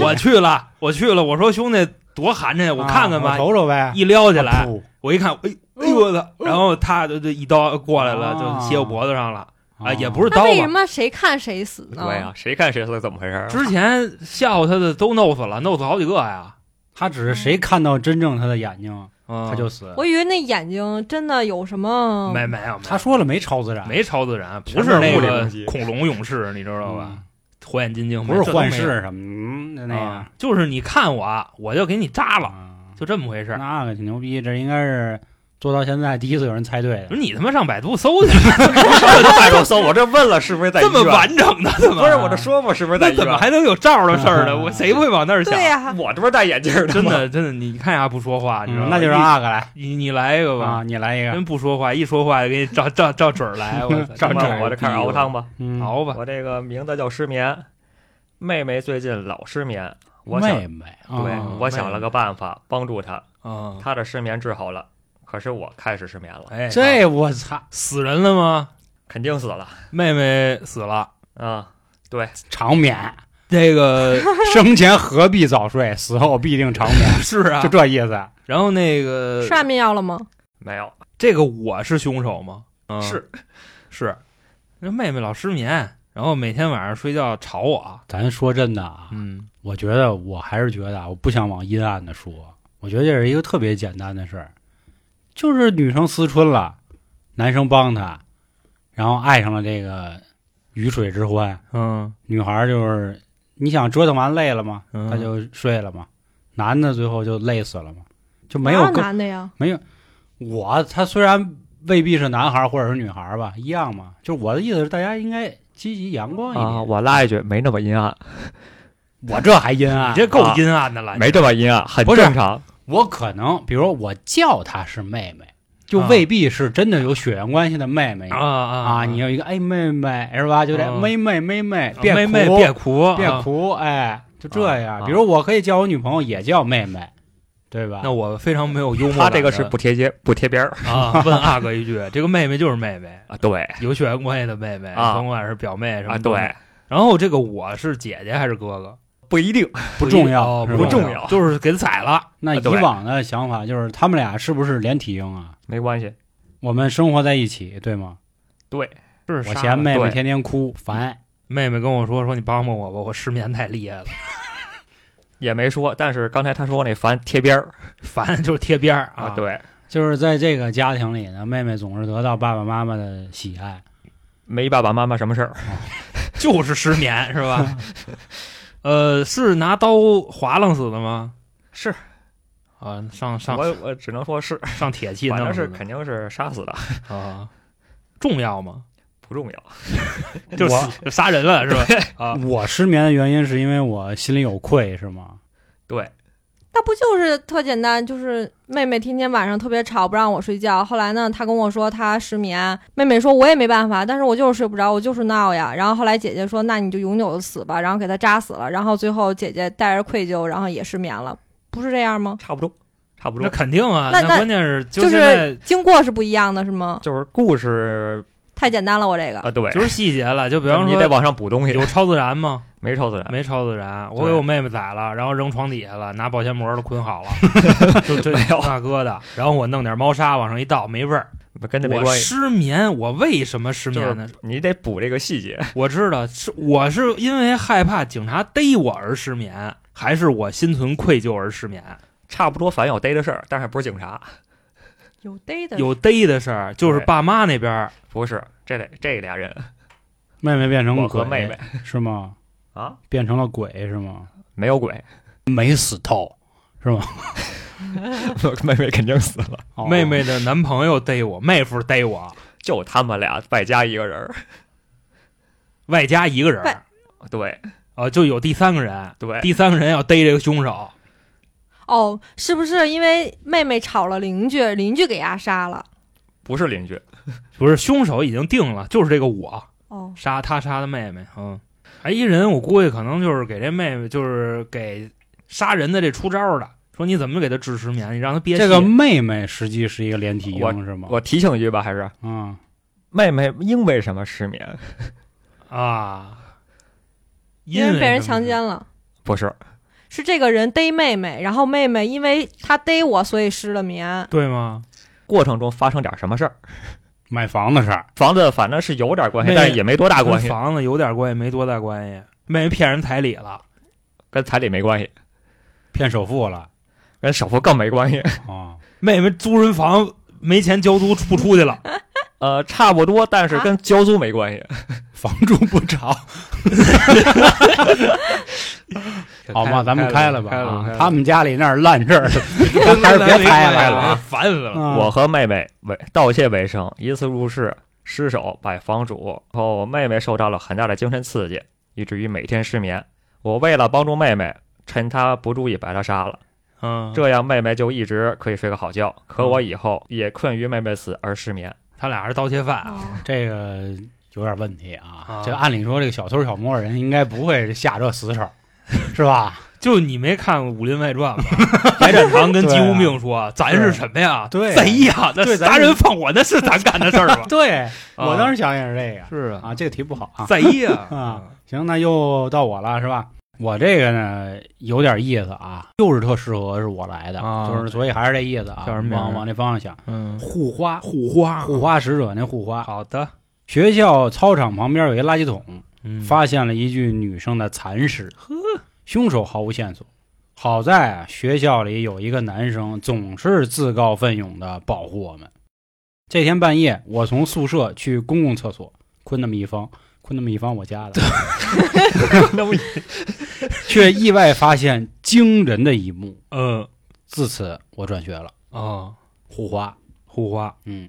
D: 我去了，我去了。我说兄弟多寒碜呀，我看看吧。
C: 啊我瞅瞅呗，
D: 一撩起
C: 啊
D: 来，
C: 噗
D: 我一看，哎，哎呦我操！然后他就就一刀过来了，
C: 啊
D: 就切我脖子上了啊，
C: 哦
D: 也不是
B: 那
D: 刀
B: 为什
D: 吧？
B: 么谁看谁死呢？
E: 对呀、谁看谁是怎么回事儿？
D: 之前吓唬他的都弄死了，弄死好几个呀。
C: 他只是谁看到真正他的眼睛，
D: 嗯，
C: 他就死。
B: 我以为那眼睛真的有什么
D: 没没有，没有
C: 他说了没超自然，
D: 没超自然，不
E: 全
D: 是
E: 是
D: 那
E: 物理
D: 个
E: 攻击
D: 恐龙勇士，你知道
C: 嗯
D: 吧？火眼金睛
C: 不是幻，
D: 这都没有
C: 视什么的那样
D: 啊，就是你看我，我就给你扎了，
C: 啊
D: 就这么回事儿。
C: 那个挺牛逼，这应该是做到现在第一次有人猜对
D: 不
C: 的
D: 是。你他妈上百度搜去，
E: 大肉搜， 我这问了是不是在
D: 这么
E: 医院
D: 完整的怎么
E: 不是我这啊说过是不是在
D: 那
E: 医
D: 怎么
E: 院？
D: 还能有罩的事儿呢？
C: 啊
D: 我谁会往那儿想？
B: 对呀、
E: 我这不是戴眼镜儿
D: 真
E: 吗？
D: 的真的，你看啊呀不说话，你知道
C: 嗯
D: 吗？
C: 那就让阿哥来
D: 你你你来一个
C: 啊，
D: 吧，
C: 你来一个
D: 真不说话，一说话给你照照照准儿来，我
E: 这
C: 照
D: 操
E: 么
C: 准
E: 着
C: 儿
E: 我这开
D: 啊
E: 始熬汤吧。
C: 嗯
D: 熬吧，
E: 我这个名字叫失眠，妹妹最近老失眠，我想
C: 妹妹，
E: 对
C: 啊，
E: 我想了个办法帮助她，
D: 嗯，
E: 她的失眠治好了，可是我开始失眠了，
D: 哎，
C: 这我操，
D: 死人了吗？
E: 肯定死了
D: 妹妹死了，
E: 啊！对，
C: 长眠。
D: 这个
C: 生前何必早睡，死后必定长眠，
D: 是啊
C: 就，这意思。
D: 然后那个
B: 吃安眠药了吗？
E: 没有
D: 这个我是凶手吗？嗯
E: 是
D: 是，那妹妹老失眠，然后每天晚上睡觉吵我，
C: 咱说真的啊，
D: 嗯
C: 我觉得我还是觉得啊，我不想往阴暗的说，我觉得这是一个特别简单的事儿，就是女生思春了，男生帮她，然后爱上了这个鱼水之欢，
D: 嗯，
C: 女孩儿就是你想折腾完累了吗？
D: 嗯
C: 她就睡了嘛，男的最后就累死了嘛，就没
B: 哪
C: 有更
B: 男的呀，
C: 我他虽然未必是男孩儿或者是女孩儿吧，一样嘛，就是我的意思是大家应该积极阳光一点。
E: 啊，我拉一句，没那么阴暗，
C: 我这还阴暗，
D: 你这够阴暗的了，
E: 没这么阴暗，很
C: 不是
E: 正常。
C: 我可能，比如说我叫她是妹妹，就未必是真的有血缘关系的妹妹
D: 啊啊
C: 啊你有一个哎妹妹是吧？就这
D: 嗯
C: 妹妹妹妹，别
D: 妹妹
C: 哭
D: 别哭
C: 别
D: 啊
C: 哭，哎，就这样。
E: 啊
C: 比如我可以叫我女朋友也叫妹妹，对吧
D: 那？我非常没有幽默
E: 他
D: 感的。
E: 这个是不贴街不贴边儿
D: 啊？问阿哥一句，这个妹妹就是妹妹，
E: 啊，对
D: 有血缘关系的妹妹，
E: 啊
D: 甭管是表妹什么
E: 啊，
D: 东西
E: 对，，
D: 然后这个我是姐姐还是哥哥？
E: 不一定
C: 不重要，
D: 哦
C: 是吧
E: 不重要
D: 就是给他宰了。
C: 那
E: 啊对
C: 以往的想法就是他们俩是不是连体婴啊？
E: 没关系，
C: 我们生活在一起，对吗？
E: 对，
D: 是
C: 我
D: 杀
C: 嫌妹妹
E: 对
C: 天天哭烦，
D: 妹妹跟我说说你帮帮我吧，我失眠太厉害了，
E: 也没说。但是刚才他说那烦贴边儿
D: 烦就是贴边儿
E: 啊，
D: 啊。
E: 对，
C: 就是在这个家庭里呢，妹妹总是得到爸爸妈妈的喜爱。
E: 没爸爸妈妈什么事儿，
D: 就是失眠 是吧？呃，是拿刀划楞死的吗？
E: 是
D: 啊，上上
E: 我我只能说是，
D: 上铁器
E: 反
D: 弄
E: 正
D: 死
E: 是
D: 的
E: 肯定是杀死的，
D: 啊，重要吗？
E: 不重要。
D: 就
C: 我
D: 就 杀人了是吧？啊
C: 我失眠的原因是因为我心里有愧，是吗？
E: 对，
B: 那不就是特简单？就是妹妹天天晚上特别吵，不让我睡觉。后来呢，她跟我说她失眠，妹妹说我也没办法，但是我就是睡不着，我就是闹呀。然后后来姐姐说，那你就永久的死吧，然后给她扎死了。然后最后姐姐带着愧疚，然后也失眠了，不是这样吗？
E: 差不多，差不
D: 那
E: 多。
D: 肯定啊，
B: 那那
D: 关键是就
B: 就
D: 现在
B: 是经过是不一样的，是吗？
E: 就是故事
B: 太简单了，我这个
E: 啊，对，
D: 就是细节了。就比方
E: 你得
D: 说，
E: 往上补东西
D: 有，超自然 吗？
E: 没超自然，
D: 没超自然，我
E: 对
D: 给我妹妹宰了，然后扔床底下了，拿保鲜膜都 捆好了，就这
E: 没有
D: 大哥的。然后我弄点猫砂往上一倒，没味儿。
E: 跟这没
D: 我
E: 关系。
D: 失眠，我为什么失
E: 就
D: 眠呢
E: 是？你得补这个细节，
D: 我知道是我是因为害怕警察逮我而失眠，还是我心存愧疚而失眠？
E: 差不多反正有逮的事儿，但是不是警察，
B: 有逮的
D: 有逮的事儿，就是
E: 对
D: 爸妈那边儿
E: 不是这得这俩人，
C: 妹妹变成
E: 我
C: 了
E: 和
C: 鬼
E: 妹妹
C: 是吗？
E: 啊，
C: 变成了鬼是吗？
E: 没有鬼，
C: 没死透是吗？
E: 妹妹肯定死了，
C: 哦
D: 妹妹的男朋友逮我，妹夫逮我，
E: 就他们俩外加一个人儿，
D: 外加一个人
B: 外
D: 儿，
E: 对
D: 哦，就有第三个人，
E: 对，
D: 第三个人要逮这个凶手，
B: 哦，是不是因为妹妹吵了邻居，邻居给压杀了？
E: 不是邻居，
D: 不是凶手已经定了，就是这个我
B: 哦，
D: 杀他杀的妹妹，嗯，哎，一人我估计可能就是给这妹妹，就是给杀人的这出招儿的，说你怎么给她治失眠，你让她憋气
C: 这个妹妹实际是一个连体婴
D: 哦
C: 是吗？
E: 我提醒一句吧，还是
C: 嗯，
E: 妹妹因为什么失眠？
D: 啊，
B: 因
D: 为
B: 被人
D: 什么
B: 强奸了。
E: 不是，
B: 是这个人逮妹妹，然后妹妹因为他逮我，所以失了眠。
D: 对吗？
E: 过程中发生点什么事儿，
C: 买房的事儿，
E: 房子反正是有点关系，
D: 妹妹
E: 但是也没多大关系
D: 跟，房子有点关系，没多大关系，妹妹骗人彩礼了，
E: 跟彩礼没关系，
C: 骗首付了
E: 跟首付更没关系。
C: 啊，
D: 妹妹租人房没钱交租不出去了。
E: 呃，差不多，但是
B: 啊
E: 跟交租没关系。
C: 房住不着， 好嘛，咱们开了吧啊！他们家里那儿烂事儿， 咱还是别开了啊！
D: 烦死了。
E: 我和妹妹为盗窃为生，一次入室失手把房主然后妹妹受到了很大的精神刺激，以至于每天失眠。我为了帮助妹妹，趁她不注意把她杀了，
D: 嗯，
E: 这样妹妹就一直可以睡个好觉。可我以后也困于妹妹死而失眠。
D: 他俩是盗窃犯，
B: 哦
C: 这个有点问题啊
D: 啊！
C: 这按理说，这个小偷小摸人应该不会下这死手， 是吧？
D: 就你没看《武林外传》 吗？白展堂跟姬无命说：“咱是什么呀？
C: 对
D: 贼呀！那
C: 对咱？
D: 杀人放火，啊那是咱干的事儿 吧
C: 对，我当时
D: 时
C: 想也是这个
D: 是啊，
C: 啊，这个题不好 啊。
D: 贼呀！
C: 啊，行，那又到我了，是吧？我这个呢有点意思啊，又是特适合是我来的，
D: 啊
C: 就是所以还是这意思啊，
D: 叫什么名儿
C: 往往这方向想，
D: 嗯，
C: 护花，
D: 护花
C: 护花使者那护花。
D: 好的，
C: 学校操场旁边有一垃圾桶，
D: 嗯
C: 发现了一具女生的残尸，
D: 呵，
C: 凶手毫无线索。好在啊，学校里有一个男生总是自告奋勇的保护我们。这天半夜，我从宿舍去公共厕所，坤那么一方，坤那么一方我 家的，
E: 那么
C: 却意外发现惊人的一幕。
D: 嗯
C: 自此，我转学了，
D: 啊，
C: 护花。
D: 护花，
C: 嗯，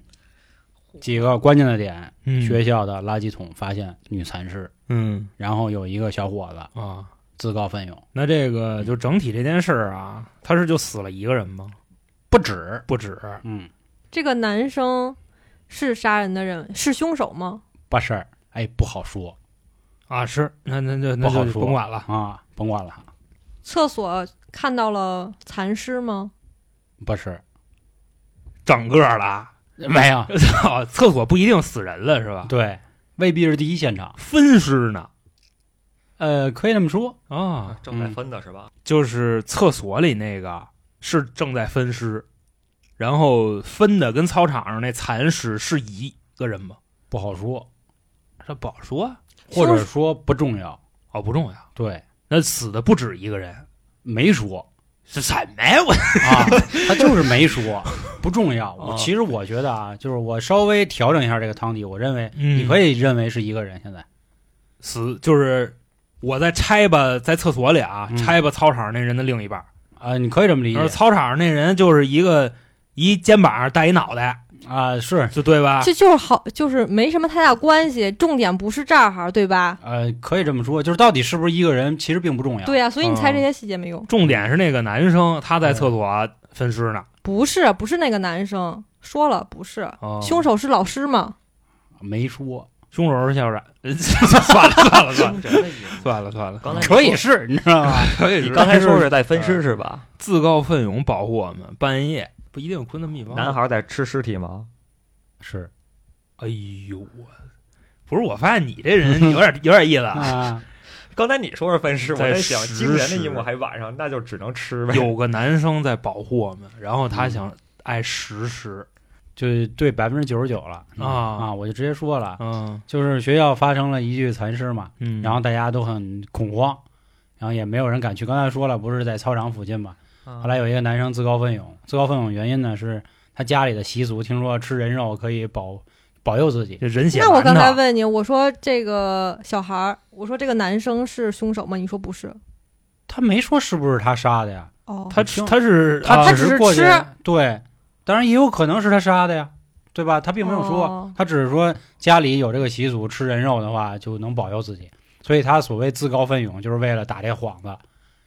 C: 几个关键的点：
D: 嗯
C: 学校的垃圾桶发现女残尸，
D: 嗯
C: 然后有一个小伙子
D: 啊。
C: 自告奋勇，
D: 那这个就整体这件事儿啊，他是就死了一个人吗？
C: 不止。
D: 不止，
C: 嗯，
B: 这个男生是杀人的人，是凶手吗？
C: 不是，哎，不好说
D: 啊，是，那那就那
C: 不好
D: 就
C: 说
D: 甭管了，
C: 啊，甭管了，
B: 厕所看到了残尸吗？
C: 不是，
D: 整个儿 了。
C: 没有，
D: 操，哦厕所不一定死人了是吧？
C: 对，未必是第一现场。
D: 分尸呢
C: 呃，可以这么说，
D: 啊，
E: 正在分的是 吧？
D: 就是厕所里那个是正在分尸，然后分的跟操场上那残尸是一个人吗？
C: 不好说，
D: 这不好说啊，
C: 或者说不重要。
D: 哦，不重要。
C: 对，
D: 那死的不止一个人，
C: 没说
D: 是什么呀？我
C: 啊，他就是没说，不重要。
D: 哦
C: 我其实我觉得啊，就是我稍微调整一下这个汤底，我认为
D: 嗯
C: 你可以认为是一个人。现在
D: 死就是我在拆吧，在厕所里啊，
C: 嗯
D: 拆吧操场上那人的另一半，
C: 啊，你可以这么理
D: 然后
C: 解
D: 操场上那人就是一个一肩膀带一脑袋，
C: 啊，是
D: 就对吧？
B: 这就是好，就是没什么太大关系，重点不是这儿，对吧？
C: 呃，可以这么说，就是到底是不是一个人，其实并不重要。
B: 对呀、所以你猜
D: 嗯
B: 这些细节没用。
D: 重点是那个男生他在厕所分尸呢，
B: 不是，不是那个男生说了，不是、
D: 哦
B: 凶手是老师吗？
C: 没说，
D: 凶手是校长， 算了算了算了算了算了，
E: 刚才你
C: 可以
E: 说
C: 是，你知 道吗？
D: 可以
E: 你刚才说
D: 是
E: 是在分尸是吧？
D: 自告奋勇保护我们，半夜不一定有坤的秘方。
E: 男孩在吃尸体吗？
C: 是
D: 哎呦我，不是我发现你这人有点有点意思啊。
C: 啊，
E: 刚才你说是分尸，我
D: 在
E: 在想
D: 实
E: 今年的
D: 时
E: 一幕还晚上，那就只能吃呗。
D: 有个男生在保护我们，然后他想爱实施，
C: 就对百分之九十九了
D: 啊
C: 啊！我就直接说了，
D: 嗯
C: 就是学校发生了一具残尸嘛，
D: 嗯，
C: 然后大家都很恐慌，然后也没有人敢去。刚才说了，不是在操场附近嘛？
E: 啊
C: 后来有一个男生自告奋勇，自告奋勇原因呢是他家里的习俗，听说吃人肉可以保保佑自己。
D: 这人血
B: 那我
D: 馒头
B: 刚才问你，我说这个小孩儿，我说这个男生是凶手吗？你说不是。
C: 他没说是不是他杀的呀，
B: 哦，
D: 他吃他是
B: 他
D: 啊
B: 只
C: 只是
B: 是
C: 过去
B: 吃
C: 对，当然也有可能是他杀的呀，对吧？他并没有说，
B: 哦
C: 他只是说家里有这个习俗，吃人肉的话就能保佑自己，所以他所谓自告奋勇，就是为了打这幌子。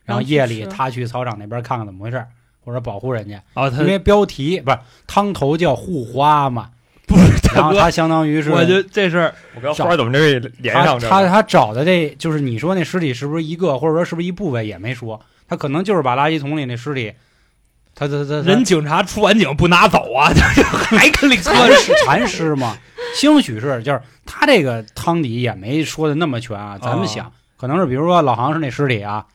C: 然后夜里
B: 然后去吃
C: 他去操场那边看看怎么回事儿，或者保护人家，
D: 啊他
C: 因为标题不是汤头叫护花嘛，
D: 不是
C: 然
D: 大
C: 后
D: 哥，
C: 他相当于是
D: 我就这事儿
E: 我跟花儿怎么这连
C: 他
E: 上这
C: 他
E: 了？
C: 他找的这就是你说那尸体是不是一个，或者说是不是一部位也没说，他可能就是把垃圾桶里那尸体，他他他他
D: 人警察出完警不拿走啊，就是 还跟里搁
C: 他
D: 着。
C: 是禅师嘛，兴许是就是他这个汤底也没说的那么全啊，咱
D: 哦
C: 们想、可能是比如说老杭是那尸体啊，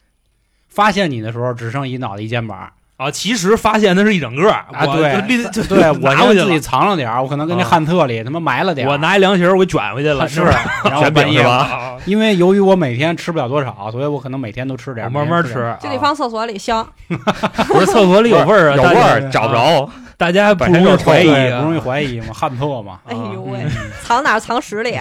C: 发现你的时候只剩一脑袋一肩膀儿
D: 啊，其实发现那是一整个啊
C: 啊，
D: 我
C: 对
D: 就拎就
C: 对
D: 拿
C: 我
D: 回去
C: 就自己
D: 了，
C: 藏了点儿，我可能跟那
D: 啊
C: 旱厕里、他妈埋了点儿，啊
D: 我拿一凉席儿我给卷回去了，
C: 是
D: 不是？
C: 然
E: 卷
C: 后
E: 饼
C: 半夜
E: 是。吧？
D: 啊
C: 因为由于我每天吃不了多少，所以我可能每天都吃点
D: 我
C: 儿，
D: 慢
C: 每
D: 慢
C: 天
D: 吃
C: 点儿。，
B: 就得
D: 啊
B: 放厕所里香。。
D: 不是厕所里有味儿啊，
E: 有
D: 大
E: 味
D: 家
E: 儿找不着，
D: 大家还不
E: 本身
D: 容
E: 就
D: 易
E: 是
D: 怀疑
C: 对不容
D: 啊
C: 易怀疑嘛，旱厕嘛
B: 哎呦喂
D: 嗯，
B: 藏哪儿？藏屎里。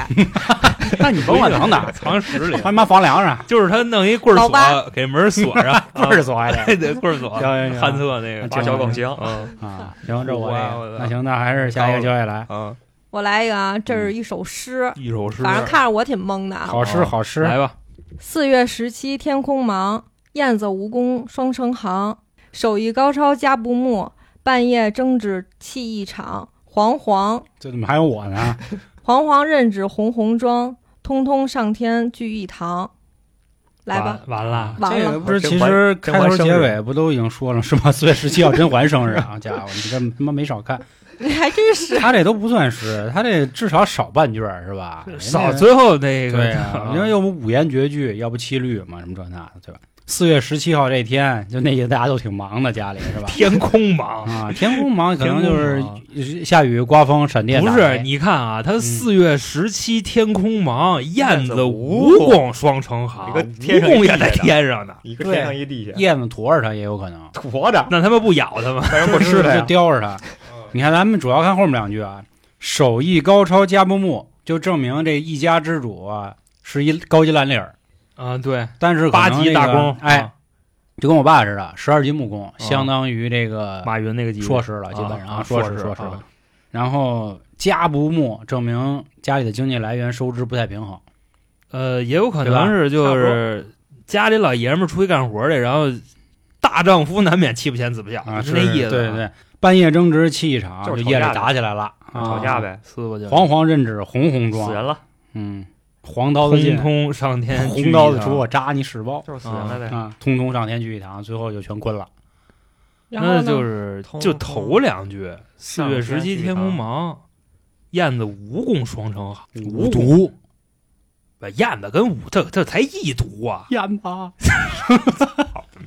C: 那你甭管藏哪 儿，
D: 藏屎里
C: 藏，他妈房梁上，
D: 就是他弄一棍儿
B: 老八
D: 锁给门儿锁上，
C: 不是所 谓的。
D: 还得棍儿锁，
C: 行行行
D: 旱厕那个
C: 那
E: 八
C: 行
E: 小
C: 吧
E: 梗行。
D: 嗯
C: 啊，行，这我
D: 我
C: 这
D: 我
C: 个，那行，那还是下一个交易来。
D: 嗯，
B: 我来一个啊，这是一首诗，
D: 一首嗯诗，啊
B: 反正看着我挺懵的啊。
C: 好吃，好吃，
D: 来吧，
B: 四月十七，天空茫，燕子、蜈蚣双成行。手艺高超家不睦，半夜争执气一场。惶惶
C: 这怎么还有我呢？
B: 惶惶任指红红妆，通通上天聚一堂。来吧，
D: 完，完了，
B: 完
C: 这
B: 了
C: 个不是，
E: 甄
C: 其
E: 嬛
C: 实
E: 甄
C: 开
E: 嬛
C: 头
E: 生
C: 结
E: 日
C: 尾不都已经说了是吗？ 四月十七号甄嬛生日啊，家伙，你这他妈没少看。
B: 还真是。
C: 他这都不算诗，他这至少少半句儿是吧？人家
D: 少最后那个，？
C: 对啊，因为要不五言绝句，要不七律嘛，什么这那的，对吧？四月十七号这天，就那天大家都挺忙的，家里是吧
D: 天空茫。
C: 啊，天空忙，可能
D: 天
C: 就
D: 空
C: 是下雨、刮风、闪电
D: 不
C: 打雷。
D: 是，你看啊，他四月十七天空茫，燕子、
E: 子
D: 蜈
E: 蜈
D: 蚣双成行，
E: 一个
D: 蜈
E: 天上一
D: 蚣也
E: 地
D: 在
E: 的
D: 天上呢，
E: 一个
C: 对
E: 天上一地下，
C: 叶子驮着它也有可能，
E: 驮着，
D: 那他们不咬他吗？
E: 为什 么不吃它
C: 就
E: 呀？
C: 叼着它。你看，咱们主要看后面两句啊，手艺高超家不睦，就证明这一家之主啊是一高级蓝领儿，
D: 啊，对，
C: 但是可
D: 八
C: 能
D: 级
C: 这
D: 大
C: 个
D: 工，
C: 哎
D: 啊，，
C: 就跟我爸似的，十二级木工，相当于这个
D: 马云那个级别
C: 硕士了，基本上
D: 啊，
C: 硕
D: 士
C: 士硕士
D: 啊。
C: 然后家不睦，证明家里的经济来源收支不太平衡。
D: 呃，也有可
C: 对吧
D: 能是就是家里老爷们儿出去干活儿去，然后大丈夫难免妻不贤子不孝，
C: 啊，
D: 就是那意思啊，
C: 对对，半夜争执气一场，
E: 就是
C: 夜里
E: 吵架呗
C: 打起来了，啊
E: 吵架。呗，
D: 撕吧就
C: 惶惶任指红红
E: 死人
C: 妆，
E: 了，
C: 嗯，黄刀子
D: 通
C: 进，啊
D: 通上天，
C: 红刀子出，我，扎你屎包
E: 就是死人了呗。
C: 啊！通通上天聚一堂，最后就全困了。
B: 然后
D: 那
B: 呢？
D: 就是
E: 通
D: 就
E: 通
D: 头两句，四月十
E: 上
D: 七
E: 天
D: 天空
E: 聚
D: 茫，燕子蜈蚣双成行，
C: 五毒
D: 不燕子跟蜈这这才一毒啊，
C: 燕吧，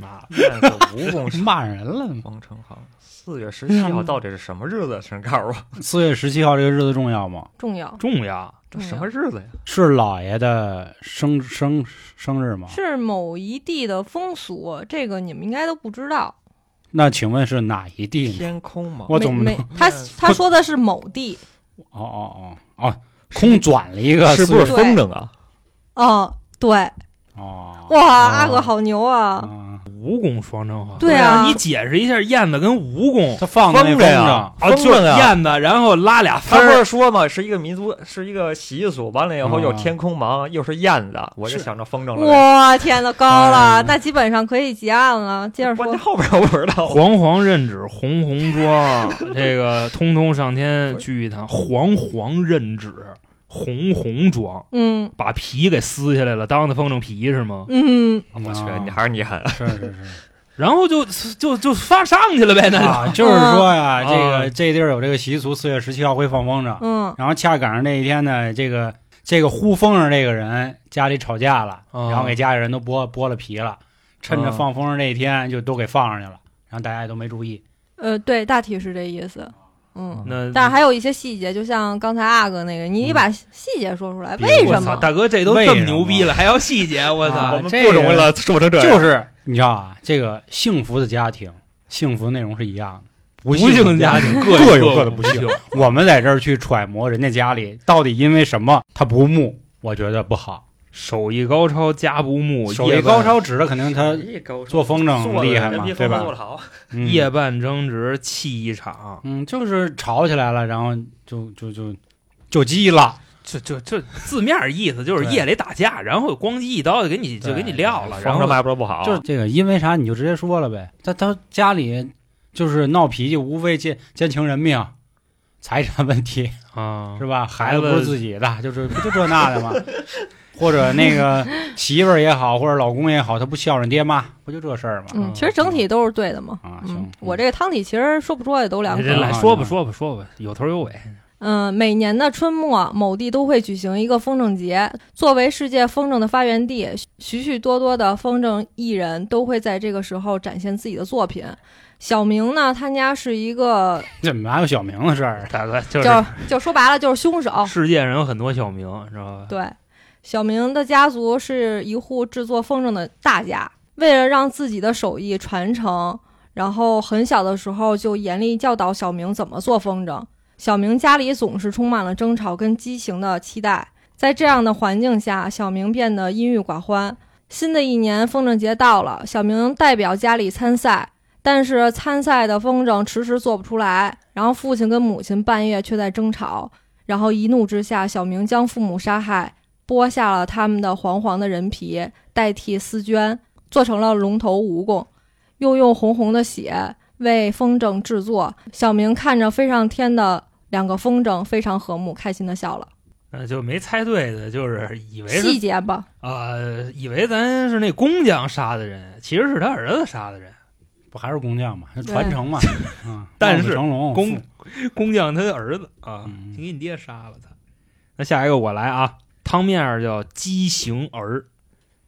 D: 妈的，
E: 燕子蜈蚣是
C: 骂人了嘛。
E: 方成行。四月十七号到底是什么日子？请告诉我，
C: 四月十七号这个日子重要吗？
B: 重要，
D: 重要，
B: 重要
E: 什么日子呀？
C: 是老爷的生生生日吗？
B: 是某一地的风俗，这个你们应该都不知道。
C: 那请问是哪一地呢？
E: 天空嘛，
C: 我怎么
B: 没没他他说的是某地，
C: 哦哦哦哦，空转了一个
E: 是
C: 四
E: 不
C: 月
E: 是风筝啊？
B: 哦，对，
C: 哦
B: 哇，阿哥好牛啊！
C: 啊，
D: 蜈蚣双成行，
B: 对啊
D: 啊，你解释一下燕子跟蜈蚣
C: 他放的那
E: 风
C: 风
E: 筝呀
C: 筝，
D: 啊，就是
E: 风筝啊
D: 燕子，然后拉俩丝
E: 他不
D: 儿，
E: 是说嘛，是一个民族，是一个习俗。完了以后
C: 啊
E: 又天空茫，又是燕子，我就是想着风筝了。
B: 哇，天呐，高
C: 哎
B: 了，那基本上可以结案了。接着
E: 关
B: 说
E: 键，后边我不知道。
D: 煌煌任指红红妆，这个通通上天聚一堂。煌煌任指红红妆，
B: 嗯
D: 把皮给撕下来了，当的风筝皮是吗？
B: 嗯，
E: 我去，你还是你狠。
C: 啊是是是，
D: 然后就就就发上去了呗，那就、
C: 啊，就是说呀，
D: 嗯
C: 这个这地儿有这个习俗，四月十七号会放风筝，
B: 嗯，
C: 然后恰赶上那一天呢，这个这个呼风筝这个人家里吵架了，
D: 哦
C: 然后给家里人都剥剥了皮了，趁着放风筝那一天就都给放上去了，然后大家也都没注意。
B: 呃，对，大体是这意思。嗯，
D: 那
B: 但是还有一些细节，就像刚才阿哥那个，你你把细节说出来，
C: 嗯比如
B: 为
C: 我
B: 什
C: 操
B: 么？
D: 大哥这都这么牛逼了，还要细节，我操！
C: 啊
E: 我们
C: 这个
E: 不容易了，做成这样。
C: 就是你知道啊，这个幸福的家庭，幸福内容是一样的，不
D: 不
C: 幸
D: 幸
C: 的家
D: 家
C: 庭
D: 庭
C: 各有
D: 有
C: 各的
D: 的
C: 不幸
D: 幸。
C: 我们在这儿去揣摩人家家里到底因为什么他不睦，我觉得不好。
D: 手艺高超，家不睦，
C: 手艺
D: 夜半
C: 高，超指的肯定他
E: 做
C: 做风筝厉害嘛，对吧？嗯
D: 夜半争执气一场，
C: 嗯，就是吵起来了，然后就就就就急了，
D: 这这这字面意思就是
C: 对
D: 夜里打架，然后光机一刀就给你就
C: 对
D: 给你撂了，然
E: 风筝
D: 后
E: 卖不是不好，
C: 就是这个，因为啥你就直接说了呗。他他家里就是闹脾气，无非奸奸情人命、财产问 题
D: 啊
C: 是吧？孩子
D: 孩
C: 不
D: 子
C: 是自己的，就是不就这那的嘛。或者那个媳妇儿也好，或者老公也好，他不孝顺爹妈，不就这事儿吗？
B: 嗯，其实整体都是对的嘛。
C: 啊行
B: 嗯
C: 嗯，
B: 我这个汤底其实说不说也都两
D: 这
B: 可。
D: 来
C: 啊
D: 说吧
C: 啊
D: 说吧说吧，有头有尾。
B: 嗯，每年的春末，某地都会举行一个风筝节。作为世界风筝的发源地，许许多多的风筝艺人都会在这个时候展现自己的作品。小明呢，他家是一个，
C: 怎么还有小明的事儿？啊
D: 大哥就
B: 就是就说白了就是凶手。
D: 世界上有很多小明，知道吧？
B: 对，小明的家族是一户制作风筝的大家，为了让自己的手艺传承，然后很小的时候就严厉教导小明怎么做风筝。小明家里总是充满了争吵跟畸形的期待，在这样的环境下，小明变得阴郁寡欢。新的一年风筝节到了，小明代表家里参赛，但是参赛的风筝迟迟做不出来，然后父亲跟母亲半夜却在争吵，然后一怒之下，小明将父母杀害，剥下了他们的黄黄的人皮，代替丝绢，做成了龙头蜈蚣，又用红红的血为风筝制作。小明看着飞上天的两个风筝，非常和睦，开心的笑了。
D: 那就没猜对的，就是以为
B: 细
D: 是
B: 节吧，
D: 啊、以为咱是那工匠杀的人，其实是他儿子杀的人。
C: 不还是工匠嘛，就传承嘛。嗯，
D: 但
C: 望子
D: 是
C: 成龙
D: 工
C: 父
D: 工匠他的儿子啊，
C: 嗯
D: 给你爹杀了他。那下一个我来啊，汤面儿叫畸形儿。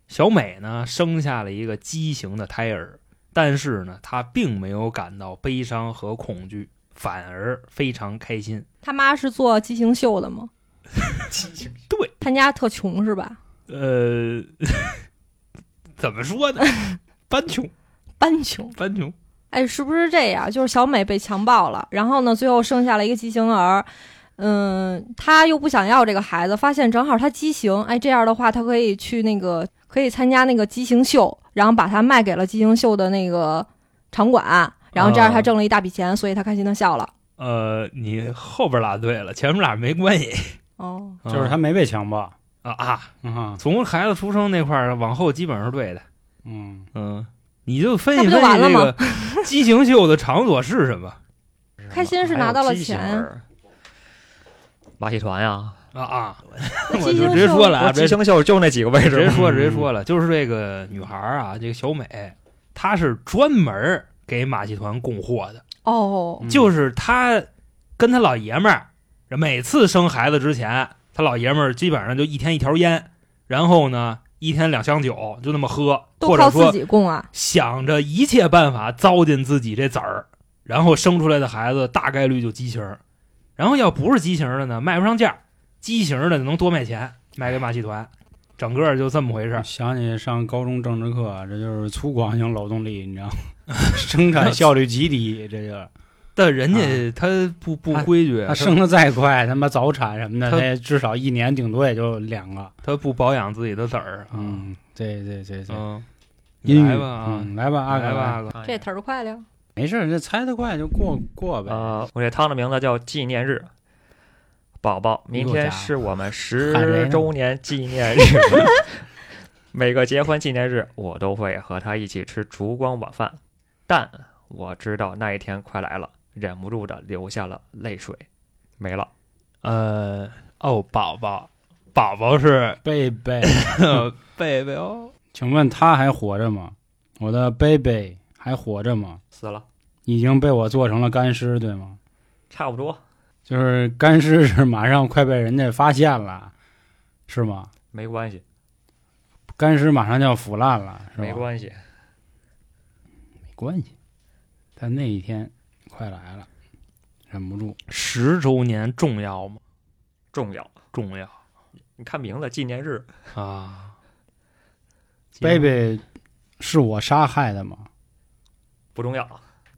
D: 小美呢生下了一个畸形的胎儿，但是呢，她并没有感到悲伤和恐惧，反而非常开心。
B: 他妈是做畸形秀的吗？
D: 对，
B: 他家特穷是吧？
D: 呃，怎么说 呢？搬穷，
B: 搬穷。
D: 搬穷。
B: 哎，是不是这样？就是小美被强暴了，然后呢，最后生下了一个畸形儿。嗯，她又不想要这个孩子，发现正好她畸形。哎，这样的话，她可以去那个，可以参加那个畸形秀，然后把它卖给了畸形秀的那个场馆，然后这样她
D: 哦
B: 挣了一大笔钱，所以她开心的笑了。
D: 呃，你后边俩对了，前面俩没关系。
B: 哦，
C: 就是
D: 嗯
C: 他没被强暴。
D: 啊啊，
C: 嗯
D: 从孩子出生那块儿往后基本上是对的。
C: 嗯，
D: 嗯，你就分析
B: 那
D: 分
B: 不就
D: 析
B: 完了
D: 这
B: 吗
D: 个 畸形秀的场所是什么
C: 嗯
B: 开心是拿到了钱
E: 还有畸形儿，马戏团呀，
D: 啊啊！
B: 那
D: 我
B: 畸
D: 就
B: 形
D: 直接
B: 秀
D: 说了啊，
E: 我畸
D: 直接
E: 形秀就那几个位
D: 直
E: 置
D: 接
E: 嘛，
D: 说直接说了，就是这个女孩儿啊，这个小美，她是专门儿给马戏团供货的，
B: 哦，
D: 就是她跟她老爷们儿每次生孩子之前，她老爷们儿基本上就一天一条烟，然后呢一天两箱酒，就那么喝，
B: 都
D: 或
B: 靠
D: 者
B: 自
D: 说
B: 己供啊。
D: 想着一切办法糟践自己这崽儿，然后生出来的孩子大概率就畸形儿。然后要不是畸形儿的呢，卖不上价儿；畸形儿的能多卖钱，卖给马戏团。整个就这么回事儿。啊
C: 想起上高中政治 课，这就是粗犷型劳动力，你知道吗？生产效率极低，这就是
D: 但人家他不不规矩，
C: 他
D: 他
C: 生的再快，他妈早产什么的，
D: 他
C: 他也至少一年顶多也就两个。
D: 他不保养自己的崽儿。
C: 嗯，对对对对，
D: 嗯，
C: 阴
D: 来
C: 郁
D: 吧啊，
C: 嗯来吧，阿
D: 来
C: 哥
D: 吧，阿，哥
E: 哎
B: 这忒儿快了，
C: 没事儿，这猜得快就过过
D: 嗯
C: 呗。
E: 呃，我这汤的名字叫纪念日。宝宝，明天是我们十周年纪念日。 每个结婚纪念日，我都会和他一起吃烛光晚饭，但我知道那一天快来了，忍不住的流下了泪水。没了，
D: 呃，哦，宝宝，宝宝是
C: 贝贝，
D: 贝贝哦，
C: 请问他还活着吗？我的贝贝还活着吗？
E: 死了，
C: 已经被我做成了干尸，对吗？
E: 差不多
C: 就是干尸是马上快被人家发现了，是吗？
E: 没关系，
C: 干尸马上就要腐烂了，是吧？
E: 没关系。
C: 没关系，但那一天快来了，忍不住。
D: 十周年重要吗？
E: 重要，
D: 重要
E: 你看名字，纪念日
D: 啊！
C: 贝贝是我杀害的吗？
E: 不重要，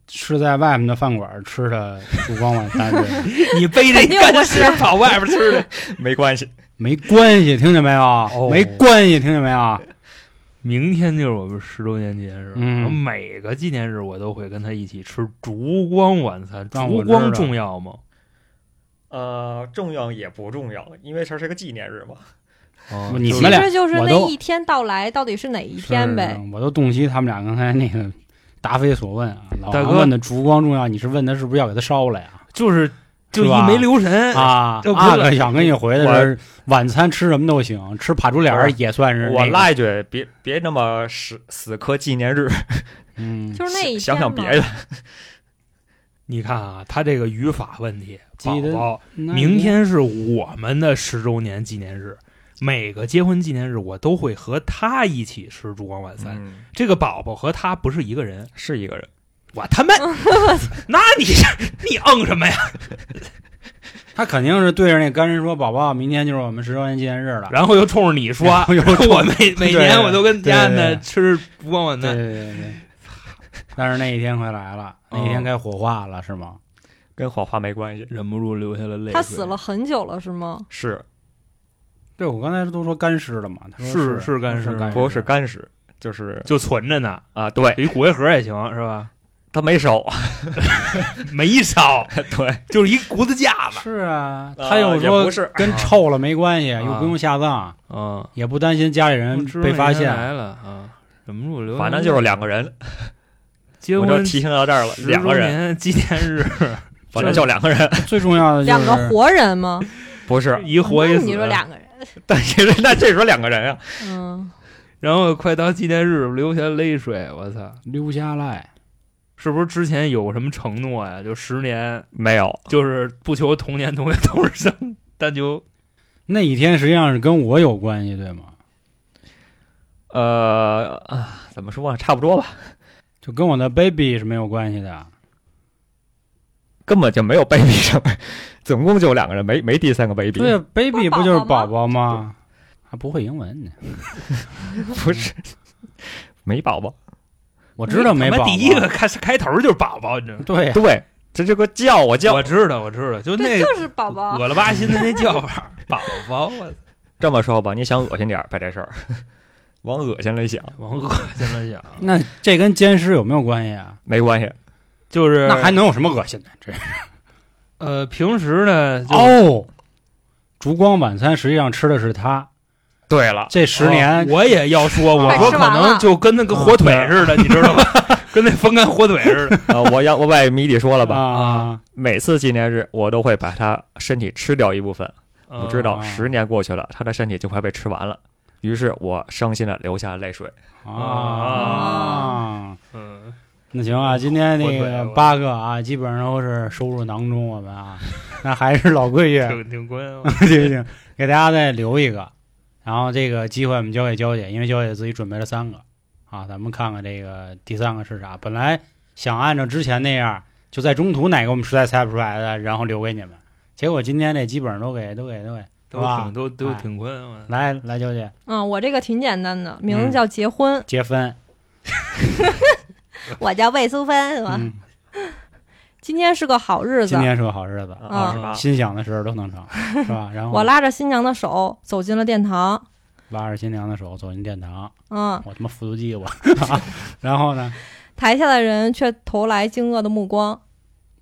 C: 是在外面的饭馆吃的烛光晚餐的，
D: 你背着一干尸跑外边吃去，
E: 没关系。
C: 没关系，听见没有？没关系，听见没有？
D: 明天就是我们十周年纪念日，
C: 嗯
D: 我每个纪念日我都会跟他一起吃烛光晚餐。
C: 让我
D: 烛
C: 知道
D: 光重要吗？
E: 呃，重要也不重要，因为这是个纪念日嘛。
D: 啊
C: 哦你
B: 其
C: 们俩
B: 实就是
C: 我
B: 那
C: 都
B: 一天到来到底是哪一
C: 是
B: 天呗？，
C: 我都洞悉他们俩刚才那个答非所问啊。老
D: 大
C: 王
D: 哥
C: 问的烛光重要，你是问他是不是要给他烧了呀？
D: 就是就是一
C: 吧
D: 没留神，
C: 啊，
D: 这不
C: 阿
D: 是
C: 哥想跟你回的是，晚餐吃什么都行，吃扒猪脸儿也算是那个、
E: 我赖一句，别别那么死死磕纪念日，
C: 嗯，
B: 就是那一天
E: 想想
B: 嘛
E: 别的。
D: 你看啊，他这个语法问题，
C: 记得
D: 宝宝
C: 那
D: 明天是我们的十周年纪念日，每个结婚纪念日我都会和他一起吃烛光晚餐。
E: 嗯，
D: 这个宝宝和他不是一个人，
E: 是一个人，
D: 我他妈，那你你嗯什么呀？
C: 他肯定是对着那干人说：“宝宝，明天就是我们十周年纪念日了。
D: 然后又冲着你说
C: 然，后又冲
D: 我每每
C: 对
D: 年我都跟家
C: 对对
D: 呢
C: 对
D: 吃烛光”晚
C: 对
D: 餐，
C: 对对对。但是那一天快来了，那一天该火化了，是吗？
E: 跟谎话没关系。
D: 忍不住流下了泪水。
B: 他死了很久了是吗？
E: 是，
C: 对，我刚才都说干尸了嘛，他说
D: 是
C: 是
D: 是干尸吗
C: 干
E: 不过是干尸，就是
D: 就存着呢，
E: 啊，对
D: 有一骨灰盒也行是吧？
E: 他没烧，
D: 没烧，
E: 对，
D: 就是一骨子架子。
C: 是啊，
E: 呃
C: 他又
E: 也
C: 说
E: 不是
C: 跟臭了没关系，又不用下葬，
D: 嗯，
C: 也不担心家里人嗯被发
D: 知道那天
C: 现。
D: 来了啊，忍不住流。
E: 反正就是两个人，
D: 结
E: 我
D: 婚
E: 就提醒到这儿了，
D: 10
E: 两个人，
D: 周年纪念日，
E: 反正就两个人，
C: 最重要的就
B: 两个
C: 是，
B: 活人吗？
E: 不是，
D: 一活一
B: 那
D: 死。
B: 你说
C: 啊
B: 两个人，
E: 但是那这时候两个人啊，
B: 嗯，
D: 然后快到纪念日流下泪水，我操！
C: 留下来，
D: 是不是之前有什么承诺呀？就十年，
E: 没有，
D: 就是不求同年同月同日生，但求
C: 那一天实际上是跟我有关系，对吗？
E: 呃啊，怎么说，差不多吧，
C: 就跟我的 baby 是没有关系的。
E: 根本就没有 baby 什么， 总共就两个人，没没第三个 baby，
C: 对，baby 啊
B: 不
C: 不
B: 是
C: 就是
B: 宝
C: 宝宝吗？还不会英文呢，
E: 不是， 没宝宝，
C: 我知道没
D: 他
C: 宝
D: 妈
C: 宝。啊
D: 第一个开开头就是宝宝，你知道吗？
C: 对呀，
E: 对，这就个叫我叫
D: 我知道，我知道，就
B: 对，
D: 那
B: 就是宝宝。
D: 恶了吧心的那叫法，宝宝，我操
E: 这么说吧，你想恶心点儿，把这事儿 往恶心里想，
D: 往恶心了想，
C: 那这跟奸尸有没有关系啊？
E: 没关系。
D: 就是
C: 那还能有什么恶心的？这
D: 呃，平时呢，就
C: 哦，烛光晚餐实际上吃的是他。
E: 对了，
C: 这十
D: 哦
C: 年，
D: 我也要说，我说
B: 吃
D: 可
B: 完了
D: 能就跟那个火腿似的，你知道吗？跟那风干火腿 似的。
E: 呃，我要我把谜底说了吧。
C: 啊，
E: 每次纪念日，我都会把他身体吃掉一部分。
D: 嗯
E: 我知道，
C: 啊
E: 十年过去了，他的身体就快被吃完了。于是我伤心的流下泪水。
C: 啊
B: 啊。
D: 嗯，
C: 那行啊，今天那
D: 我对
C: 个
D: 我
C: 八个啊，基本上都是收入囊中，我们啊，那还是老规矩，
D: 挺挺关键。
C: 行行，给大家再留一个，然后这个机会我们交给娇姐，因为娇姐自己准备了三个啊，咱们看看这个第三个是啥。本来想按照之前那样，就在中途哪个我们实在猜不出来的，然后留给你们。结果今天这基本上都给都给都给
D: 都
C: 哇
D: 挺都都
C: 哎
D: 挺关键的。
C: 来来，娇姐
B: 嗯，我这个挺简单的，名
C: 嗯
B: 字叫结 婚，
C: 结分，
B: 我叫魏苏芬，是吧？
C: 嗯，
B: 今天是个好日子
C: 今，天是个好日子，
E: 二十八，
C: 心想的事儿都能成，是吧？ 然后
B: 我拉着新娘的手走进了殿堂。
C: 拉着新娘的手走进殿堂，
B: 嗯，
C: 我他妈复读机我， 然后呢，
B: 台下的人却投来惊愕的目光。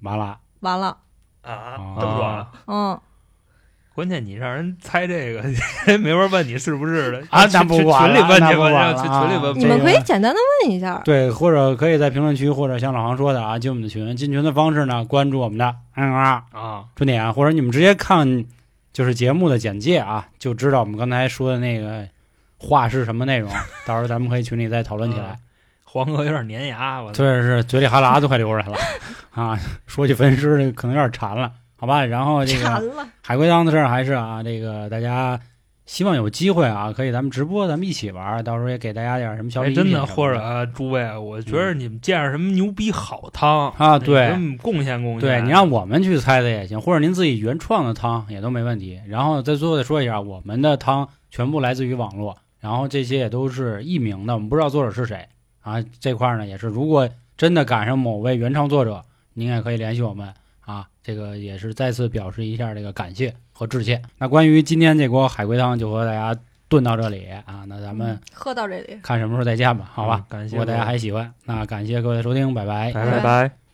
C: 完了，
B: 完了，
E: 啊
C: 哦
E: 这么说啊？
D: 啊，
B: 嗯，
D: 关键你让人猜这个， 人没法问你是不是的
C: 啊
D: 群
C: 咱不
D: 群
C: 管
D: 群里
C: 了
D: 问
C: 咱
D: 去
C: 不
D: 吧，
C: 管
D: 让
C: 了
D: 群
C: 啊
D: 群里问
B: 你
D: 吧。
B: 们
C: 这
B: 可以
C: 个
B: 简单的问一
D: 啊
B: 下。
C: 对，或者可以在评论区，或者像老黄说的啊，进我们的群。进群的方式呢，关注我们的嗯啊
D: 啊，
C: 重点啊，或者你们直接看就是节目的简介啊，就知道我们刚才说的那个话是什么内容。到时候咱们可以群里再讨论起来。
D: 黄河有点粘牙，我操！
C: 确实是嘴里哈喇子都快流出来了啊！说起分尸，这个可能有点馋了，好吧？然后这
B: 馋
C: 个
B: 了，
C: 海龟汤的事儿还是啊，这个大家希望有机会啊，可以咱们直播，咱们一起玩儿，到时候也给大家点儿什么小
D: 哎，
C: 礼品
D: 真
C: 什
D: 的，
C: 么的，
D: 或者啊诸位，我觉得你们见着什么牛逼好汤
C: 嗯啊对
D: 给我们贡献啊贡献。
C: 对你让我们去猜猜也行，或者您自己原创的汤也都没问题。然后在最后再说一下，我们的汤全部来自于网络，然后这些也都是匿名的，我们不知道作者是谁啊。这块儿呢也是，如果真的赶上某位原创作者，您也可以联系我们啊。这个也是再次表示一下这个感谢和致谢。那关于今天这锅海龟汤就和大家炖到这里啊，那咱们
B: 嗯喝到这里。
C: 看什么时候再见吧，好吧？
D: 嗯感
C: 如
D: 谢
C: 果大家
D: 各位
C: 还喜欢，那感谢各位的收听，拜拜
E: 拜
B: 拜
E: 拜。